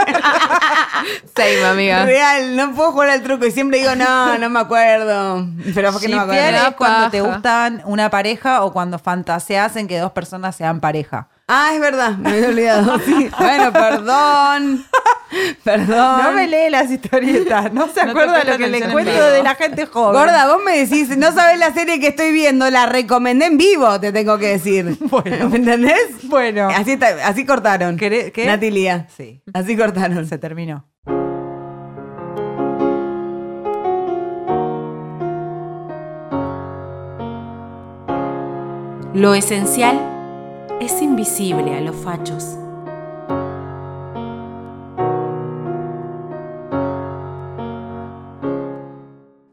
Speaker 4: Same, amiga.
Speaker 2: Real, no puedo jugar al truco y siempre digo, no, no me acuerdo. Pero fue que no me
Speaker 1: Shipear
Speaker 2: acuerdo.
Speaker 1: es cuando te
Speaker 4: Paja.
Speaker 1: gustan una pareja o cuando fantaseas en que dos personas sean pareja.
Speaker 2: Ah, es verdad, me había olvidado. sí. Bueno, perdón. Perdón.
Speaker 1: No me lee las historietas, no se
Speaker 3: No te
Speaker 1: acuerda
Speaker 3: presta
Speaker 1: lo que
Speaker 3: atención
Speaker 1: le
Speaker 3: en
Speaker 1: cuento
Speaker 3: vivo.
Speaker 1: de la gente joven.
Speaker 2: Gorda, vos me decís, no sabés la serie que estoy viendo, la recomendé en vivo, te tengo que decir. ¿Me entendés?
Speaker 1: Bueno.
Speaker 2: Así, está- así cortaron.
Speaker 1: ¿Queré- qué?
Speaker 2: Nati Lía.
Speaker 1: Sí.
Speaker 2: Así cortaron.
Speaker 1: Se terminó.
Speaker 5: Lo esencial es invisible a los fachos.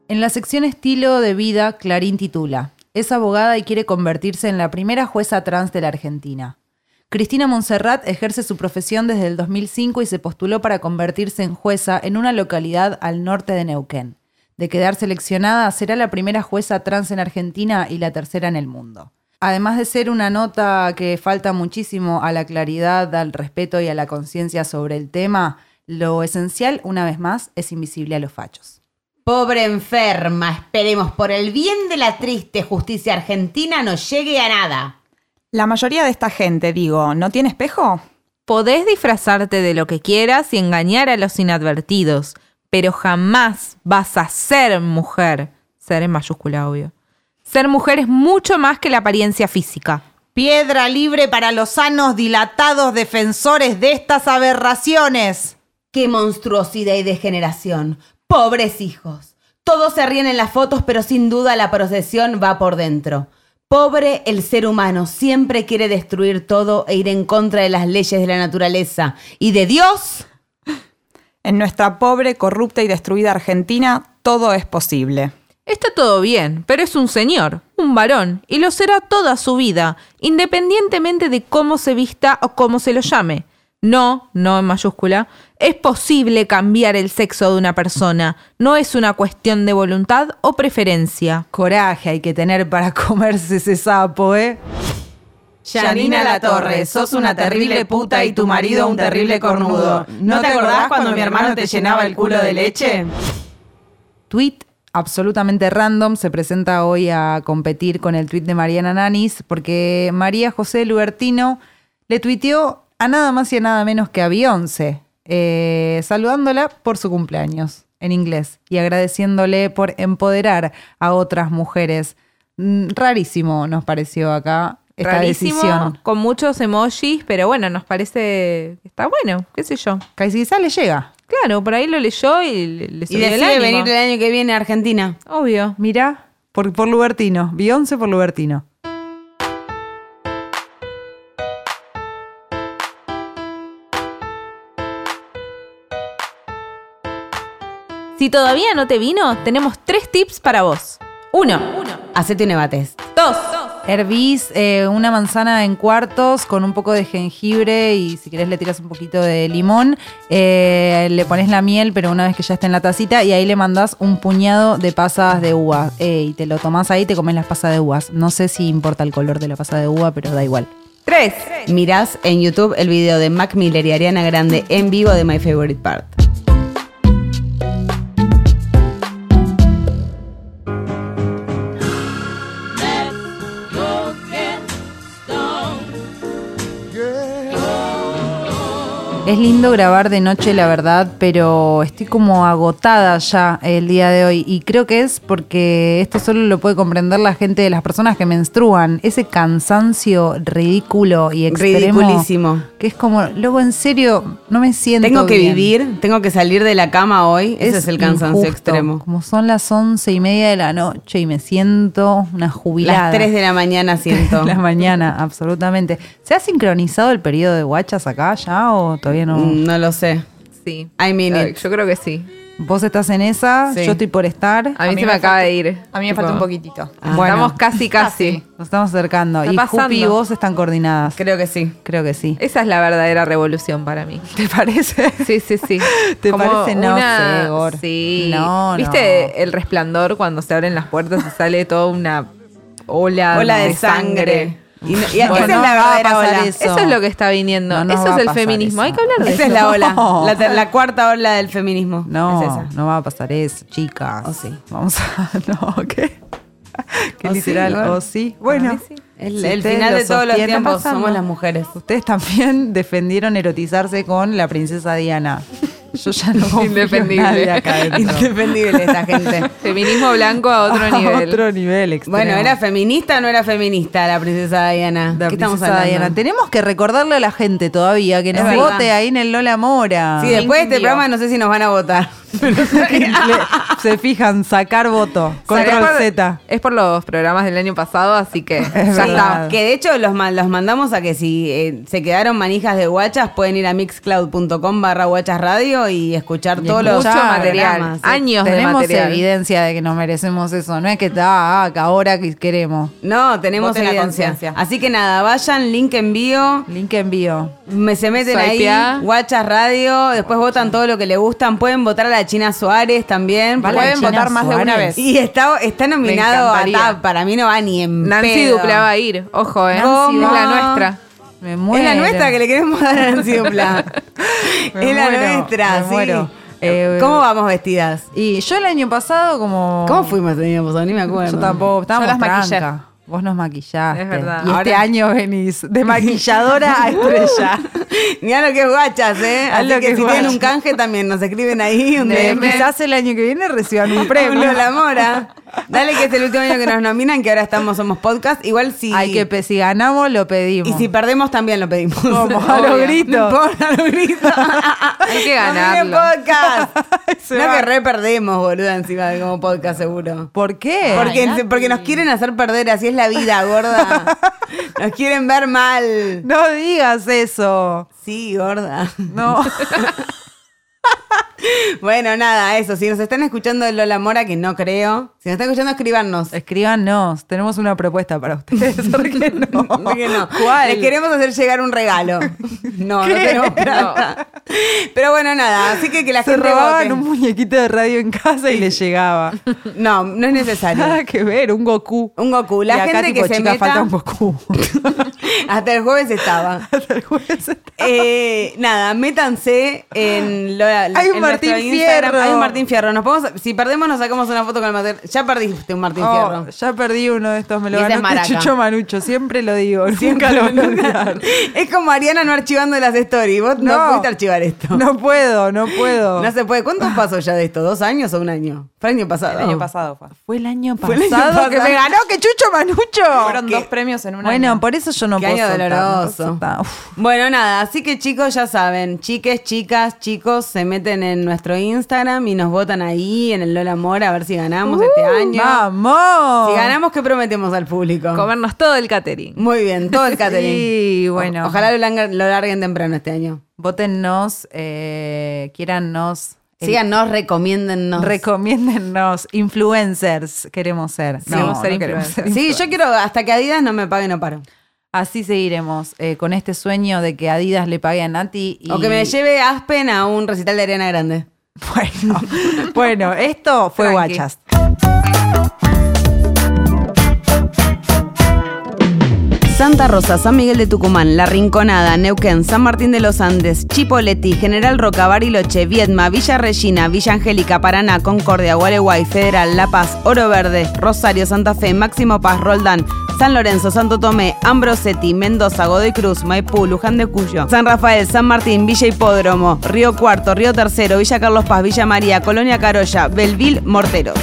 Speaker 1: En la sección estilo de vida, Clarín titula, es abogada y quiere convertirse en la primera jueza trans de la Argentina. Cristina Monserrat ejerce su profesión desde el 2005 y se postuló para convertirse en jueza en una localidad al norte de Neuquén. De quedar seleccionada, será la primera jueza trans en Argentina y la tercera en el mundo. Además de ser una nota que falta muchísimo a la claridad, al respeto y a la conciencia sobre el tema, lo esencial, una vez más, es invisible a los fachos.
Speaker 2: Pobre enferma, esperemos por el bien de la triste justicia argentina no llegue a nada.
Speaker 3: La mayoría de esta gente, digo, ¿no tiene espejo?
Speaker 6: Podés disfrazarte de lo que quieras y engañar a los inadvertidos, pero jamás vas a ser mujer. Ser en mayúscula, obvio. Ser mujer es mucho más que la apariencia física.
Speaker 7: Piedra libre para los sanos dilatados defensores de estas aberraciones.
Speaker 2: Qué monstruosidad y degeneración. Pobres hijos. Todos se ríen en las fotos, pero sin duda la procesión va por dentro. Pobre el ser humano, siempre quiere destruir todo e ir en contra de las leyes de la naturaleza. Y de Dios,
Speaker 3: En nuestra pobre, corrupta y destruida Argentina, todo es posible.
Speaker 6: Está todo bien, pero es un señor, un varón, y lo será toda su vida, independientemente de cómo se vista o cómo se lo llame. No, no en mayúscula, es posible cambiar el sexo de una persona, no es una cuestión de voluntad o preferencia.
Speaker 1: Coraje hay que tener para comerse ese sapo, ¿eh?
Speaker 3: Yanina La Torre, sos una terrible puta y tu marido un terrible cornudo. ¿No te acordás cuando mi hermano te llenaba el culo de leche?
Speaker 1: Tweet absolutamente random se presenta hoy a competir con el tweet de Mariana Nanis porque María José Lubertino le tuiteó a nada más y a nada menos que a Beyoncé, eh, saludándola por su cumpleaños en inglés y agradeciéndole por empoderar a otras mujeres. Mm, Rarísimo nos pareció acá esta
Speaker 6: Rarísimo,
Speaker 1: decisión.
Speaker 6: con muchos emojis, pero bueno, nos parece que está bueno, qué sé yo.
Speaker 1: Casi quizá le llega.
Speaker 6: Claro, por ahí lo leyó y le, le subió el ánimo.
Speaker 2: año que viene a Argentina.
Speaker 6: Obvio.
Speaker 1: Mirá, por, por Lubertino. Beyoncé por Lubertino.
Speaker 6: Si todavía no te vino, tenemos tres tips para vos. Uno,
Speaker 2: Hacete un ebates.
Speaker 6: dos,
Speaker 1: Hervís eh, una manzana en cuartos con un poco de jengibre y si querés le tiras un poquito de limón. Eh, le pones la miel, pero una vez que ya está en la tacita, y ahí le mandás un puñado de pasas de uva. Eh, y te lo tomás ahí y te comes las pasas de uvas. No sé si importa el color de la pasa de uva, pero da igual.
Speaker 6: tres.
Speaker 2: Mirás en YouTube el video de Mac Miller y Ariana Grande en vivo de My Favorite Part.
Speaker 1: Es lindo grabar de noche, la verdad, pero estoy como agotada ya el día de hoy. Y creo que es porque esto solo lo puede comprender la gente de las personas que menstruan. Ese cansancio ridículo y extremo.
Speaker 2: Ridiculísimo.
Speaker 1: Que es como, luego en serio, no me siento
Speaker 2: Tengo que
Speaker 1: bien.
Speaker 2: vivir, tengo que salir de la cama hoy. Ese es el cansancio
Speaker 1: injusto.
Speaker 2: extremo.
Speaker 1: Como son las once y media de la noche y me siento una jubilada.
Speaker 2: Las 3 de la mañana siento.
Speaker 1: la mañana, absolutamente. ¿Se ha sincronizado el periodo de guachas acá ya o todavía no?
Speaker 2: Mm, No lo sé.
Speaker 4: Sí.
Speaker 2: I mean
Speaker 4: Ay,
Speaker 2: it.
Speaker 4: Yo creo que sí.
Speaker 1: Vos estás en esa,
Speaker 2: Sí.
Speaker 1: yo estoy por estar.
Speaker 4: A mí,
Speaker 3: A mí
Speaker 4: se
Speaker 3: me
Speaker 4: me acaba
Speaker 3: falta-
Speaker 4: de ir.
Speaker 3: A mí me
Speaker 4: Tipo,
Speaker 3: falta un poquitito.
Speaker 1: Bueno.
Speaker 4: Estamos casi, casi.
Speaker 1: Nos estamos acercando.
Speaker 4: Está
Speaker 1: y
Speaker 4: pasando.
Speaker 1: Jupi y vos están coordinadas. Creo,
Speaker 2: Creo que sí.
Speaker 1: que sí.
Speaker 4: Esa es la verdadera revolución para mí.
Speaker 1: ¿Te parece?
Speaker 4: Sí, sí, sí.
Speaker 1: ¿Te parece? No sé, Gor.
Speaker 4: Sí.
Speaker 1: No, no.
Speaker 4: ¿Viste el resplandor cuando se abren las puertas y sale toda una ola,
Speaker 2: Ola de sangre. Y, no- y
Speaker 1: Bueno,
Speaker 2: esa es
Speaker 1: no
Speaker 2: la
Speaker 1: va a
Speaker 2: verdadera
Speaker 1: pasar
Speaker 2: ola.
Speaker 1: eso.
Speaker 4: Eso es lo que está viniendo.
Speaker 1: No nos
Speaker 4: eso
Speaker 1: va
Speaker 4: es
Speaker 1: a
Speaker 4: el
Speaker 1: pasar
Speaker 4: feminismo.
Speaker 1: eso.
Speaker 4: Hay que hablar de
Speaker 2: Esa
Speaker 4: eso.
Speaker 2: es la ola.
Speaker 1: No.
Speaker 2: La, ter- la cuarta ola del feminismo.
Speaker 1: No,
Speaker 2: Es esa.
Speaker 1: no va a pasar eso, chicas.
Speaker 2: O sí.
Speaker 1: Vamos a. No, ¿qué? Qué
Speaker 2: O sí,
Speaker 1: literal.
Speaker 2: Gor.
Speaker 1: o oh, sí. Bueno.
Speaker 2: El,
Speaker 1: si
Speaker 2: el
Speaker 1: ustedes
Speaker 2: final
Speaker 1: lo
Speaker 2: de todos los
Speaker 1: sostienen,
Speaker 2: tiempos
Speaker 1: pasando.
Speaker 2: somos las mujeres.
Speaker 1: Ustedes también defendieron erotizarse con la princesa Diana. Yo ya no confío en
Speaker 4: Indefendible.
Speaker 1: nadie acá dentro.
Speaker 2: Indefendible esta gente.
Speaker 4: Feminismo blanco a otro nivel.
Speaker 1: Otro nivel extremo.
Speaker 2: Bueno, ¿era feminista o no era feminista la princesa Diana?
Speaker 1: La
Speaker 2: ¿Qué estamos
Speaker 1: princesa
Speaker 2: hablando?
Speaker 1: Diana. Tenemos que recordarle a la gente todavía que nos
Speaker 2: verdad.
Speaker 1: vote ahí en el Lola Mora.
Speaker 2: Sí, después de este
Speaker 4: entendió.
Speaker 2: programa no sé si nos van a votar.
Speaker 1: Le- se fijan, sacar voto.
Speaker 4: Es
Speaker 1: Control
Speaker 4: por-
Speaker 1: Z.
Speaker 4: Es por los programas del año pasado, así que ya
Speaker 1: verdad.
Speaker 4: está.
Speaker 2: que de hecho los, ma- los mandamos a que si eh, se quedaron manijas de guachas, pueden ir a mixcloud.com barra guachas radio y escuchar todos los
Speaker 4: Mucho
Speaker 1: escuchar.
Speaker 4: material.
Speaker 2: programas, sí.
Speaker 4: Años de
Speaker 1: Tenemos
Speaker 4: material.
Speaker 1: evidencia de que nos merecemos eso. No es que está ah, que ahora que queremos.
Speaker 2: No, tenemos
Speaker 3: Voten a
Speaker 2: evidencia.
Speaker 3: conciencia.
Speaker 2: Así que nada, vayan, link envío,
Speaker 1: Link envío.
Speaker 2: me se meten
Speaker 4: Swipeá.
Speaker 2: ahí, guachas radio, después votan todo lo que les gustan, pueden votar a la China Suárez también.
Speaker 1: Va la
Speaker 2: pueden
Speaker 1: China
Speaker 2: votar más de una
Speaker 1: Suárez.
Speaker 2: vez. Y está, está nominado a
Speaker 4: encantaría.
Speaker 2: TAP, para mí no va ni en
Speaker 4: Nancy
Speaker 2: pedo.
Speaker 4: Dupla va a ir. Ojo, ¿eh?
Speaker 2: ¿Cómo?
Speaker 4: Es la nuestra.
Speaker 1: Me muero.
Speaker 2: Es la nuestra que le queremos dar a Nancy Dupla. es
Speaker 1: Me
Speaker 2: la
Speaker 1: muero,
Speaker 2: nuestra,
Speaker 1: me
Speaker 2: sí.
Speaker 1: muero. Eh,
Speaker 2: ¿Cómo vamos vestidas?
Speaker 1: Y yo el año pasado como...
Speaker 2: ¿Cómo fuimos el año pasado? Ni me acuerdo.
Speaker 1: Yo tampoco, estábamos
Speaker 3: las maquillé.
Speaker 1: tranca. Vos nos maquillaste.
Speaker 4: Es verdad.
Speaker 1: Y este
Speaker 2: Ahora-
Speaker 1: año venís de maquilladora a estrella.
Speaker 2: Mirá lo que es guachas, ¿eh? Así
Speaker 1: lo
Speaker 2: que,
Speaker 1: que es
Speaker 2: si
Speaker 1: guachas.
Speaker 2: tienen un canje también nos escriben ahí un
Speaker 1: Eh,
Speaker 2: DM.
Speaker 1: Quizás el año que viene reciban un
Speaker 2: Premio
Speaker 1: premio.
Speaker 2: La Mora. Dale que es el último año que nos nominan, que ahora estamos, somos podcast. Igual si.
Speaker 1: Hay que, pe- si ganamos, lo pedimos.
Speaker 2: y si perdemos también lo pedimos.
Speaker 1: Como a los gritos.
Speaker 2: No importa, a los gritos.
Speaker 4: Hay que
Speaker 2: Nominen
Speaker 4: ganarlo.
Speaker 2: podcast.
Speaker 1: Se
Speaker 2: no
Speaker 1: va.
Speaker 2: que re perdemos, boluda, encima de como podcast seguro.
Speaker 1: ¿Por qué?
Speaker 2: Porque, porque nos quieren hacer perder, así es la vida, gorda. Nos quieren ver mal.
Speaker 1: No digas eso.
Speaker 2: Sí, gorda.
Speaker 1: No.
Speaker 2: Bueno, nada, eso. Si nos están escuchando de Lola Mora, que no creo. Si nos están escuchando, escribanos.
Speaker 1: Escríbanos. Tenemos una propuesta para ustedes. ¿Por qué no?
Speaker 2: ¿Por qué no?
Speaker 1: ¿Cuál?
Speaker 2: Les queremos hacer llegar un regalo. No, no tenemos plata. Pero bueno, nada, así que que la
Speaker 1: Se
Speaker 2: gente
Speaker 1: robaban
Speaker 2: vote.
Speaker 1: un muñequito de radio en casa y le llegaba.
Speaker 2: No, no es necesario.
Speaker 1: Nada que ver, un Goku.
Speaker 2: Un Goku.
Speaker 1: y
Speaker 2: La
Speaker 1: acá,
Speaker 2: gente
Speaker 1: tipo,
Speaker 2: que se
Speaker 1: chica,
Speaker 2: meta...
Speaker 1: falta un Goku.
Speaker 2: Hasta el jueves estaba.
Speaker 1: Hasta el jueves.
Speaker 2: Eh, nada, métanse en Lola.
Speaker 1: Hay un
Speaker 2: en nuestro
Speaker 1: Martín
Speaker 2: Instagram.
Speaker 1: Fierro.
Speaker 2: Hay un Martín Fierro. Nos podemos- si perdemos, nos sacamos una foto con el Martín. Ya perdiste un Martín Fierro.
Speaker 1: Oh, ya perdí uno de estos, me lo
Speaker 3: Y ese es
Speaker 1: ganó este
Speaker 3: maraca.
Speaker 1: Chucho Manucho, siempre lo digo, nunca lo voy a olvidar.
Speaker 2: Es como Mariana no archivando las stories. Vos no,
Speaker 1: No.
Speaker 2: pudiste archivar esto. No.
Speaker 1: No puedo, no puedo.
Speaker 2: se puede. ¿Cuántos pasó ya de esto? ¿Dos años o un año? Fue el año pasado.
Speaker 3: El año pasado fue.
Speaker 1: Fue el año
Speaker 2: Fue el año pasado.
Speaker 1: que me ganó que Chucho Manucho.
Speaker 3: Fueron dos premios en un
Speaker 1: bueno,
Speaker 3: año.
Speaker 1: por eso yo no
Speaker 2: Qué
Speaker 1: puedo
Speaker 2: año
Speaker 1: soltar, no puedo
Speaker 2: doloroso.
Speaker 1: soltar. Uf.
Speaker 2: Bueno, nada, así que chicos, ya saben, chiques, chicas, chicos, se meten en nuestro Instagram y nos votan ahí en el Lola Mora a ver si ganamos este año.
Speaker 1: Uh, ¡Vamos!
Speaker 2: Si ganamos, ¿qué prometemos al público?
Speaker 4: Comernos todo el catering.
Speaker 2: Muy bien, todo el catering.
Speaker 1: Sí, bueno.
Speaker 2: O- ojalá lo, langa- lo larguen temprano este año.
Speaker 1: Vótennos, eh, quiérannos, eh,
Speaker 2: Síganos, recomiéndennos.
Speaker 1: recomiéndennos. Influencers queremos ser. No,
Speaker 4: queremos ser
Speaker 1: no queremos
Speaker 4: influencers.
Speaker 1: ser
Speaker 2: sí, yo quiero, hasta que Adidas no me pague, no paro.
Speaker 1: Así seguiremos eh, con este sueño de que Adidas le pague a Nati. Y...
Speaker 2: O que me lleve Aspen a un recital de Arena Grande.
Speaker 1: Bueno, bueno esto fue
Speaker 4: Tranqui.
Speaker 1: Guachas.
Speaker 2: Santa Rosa, San Miguel de Tucumán, La Rinconada, Neuquén, San Martín de los Andes, Chipoleti, General Roca, Bariloche, Viedma, Villa Regina, Villa Angélica, Paraná, Concordia, Gualeguay, Federal, La Paz, Oro Verde, Rosario, Santa Fe, Máximo Paz, Roldán, San Lorenzo, Santo Tomé, Ambrosetti, Mendoza, Godoy Cruz, Maipú, Luján de Cuyo, San Rafael, San Martín, Villa Hipódromo, Río Cuarto, Río Tercero, Villa Carlos Paz, Villa María, Colonia Carolla, Belville, Mortero.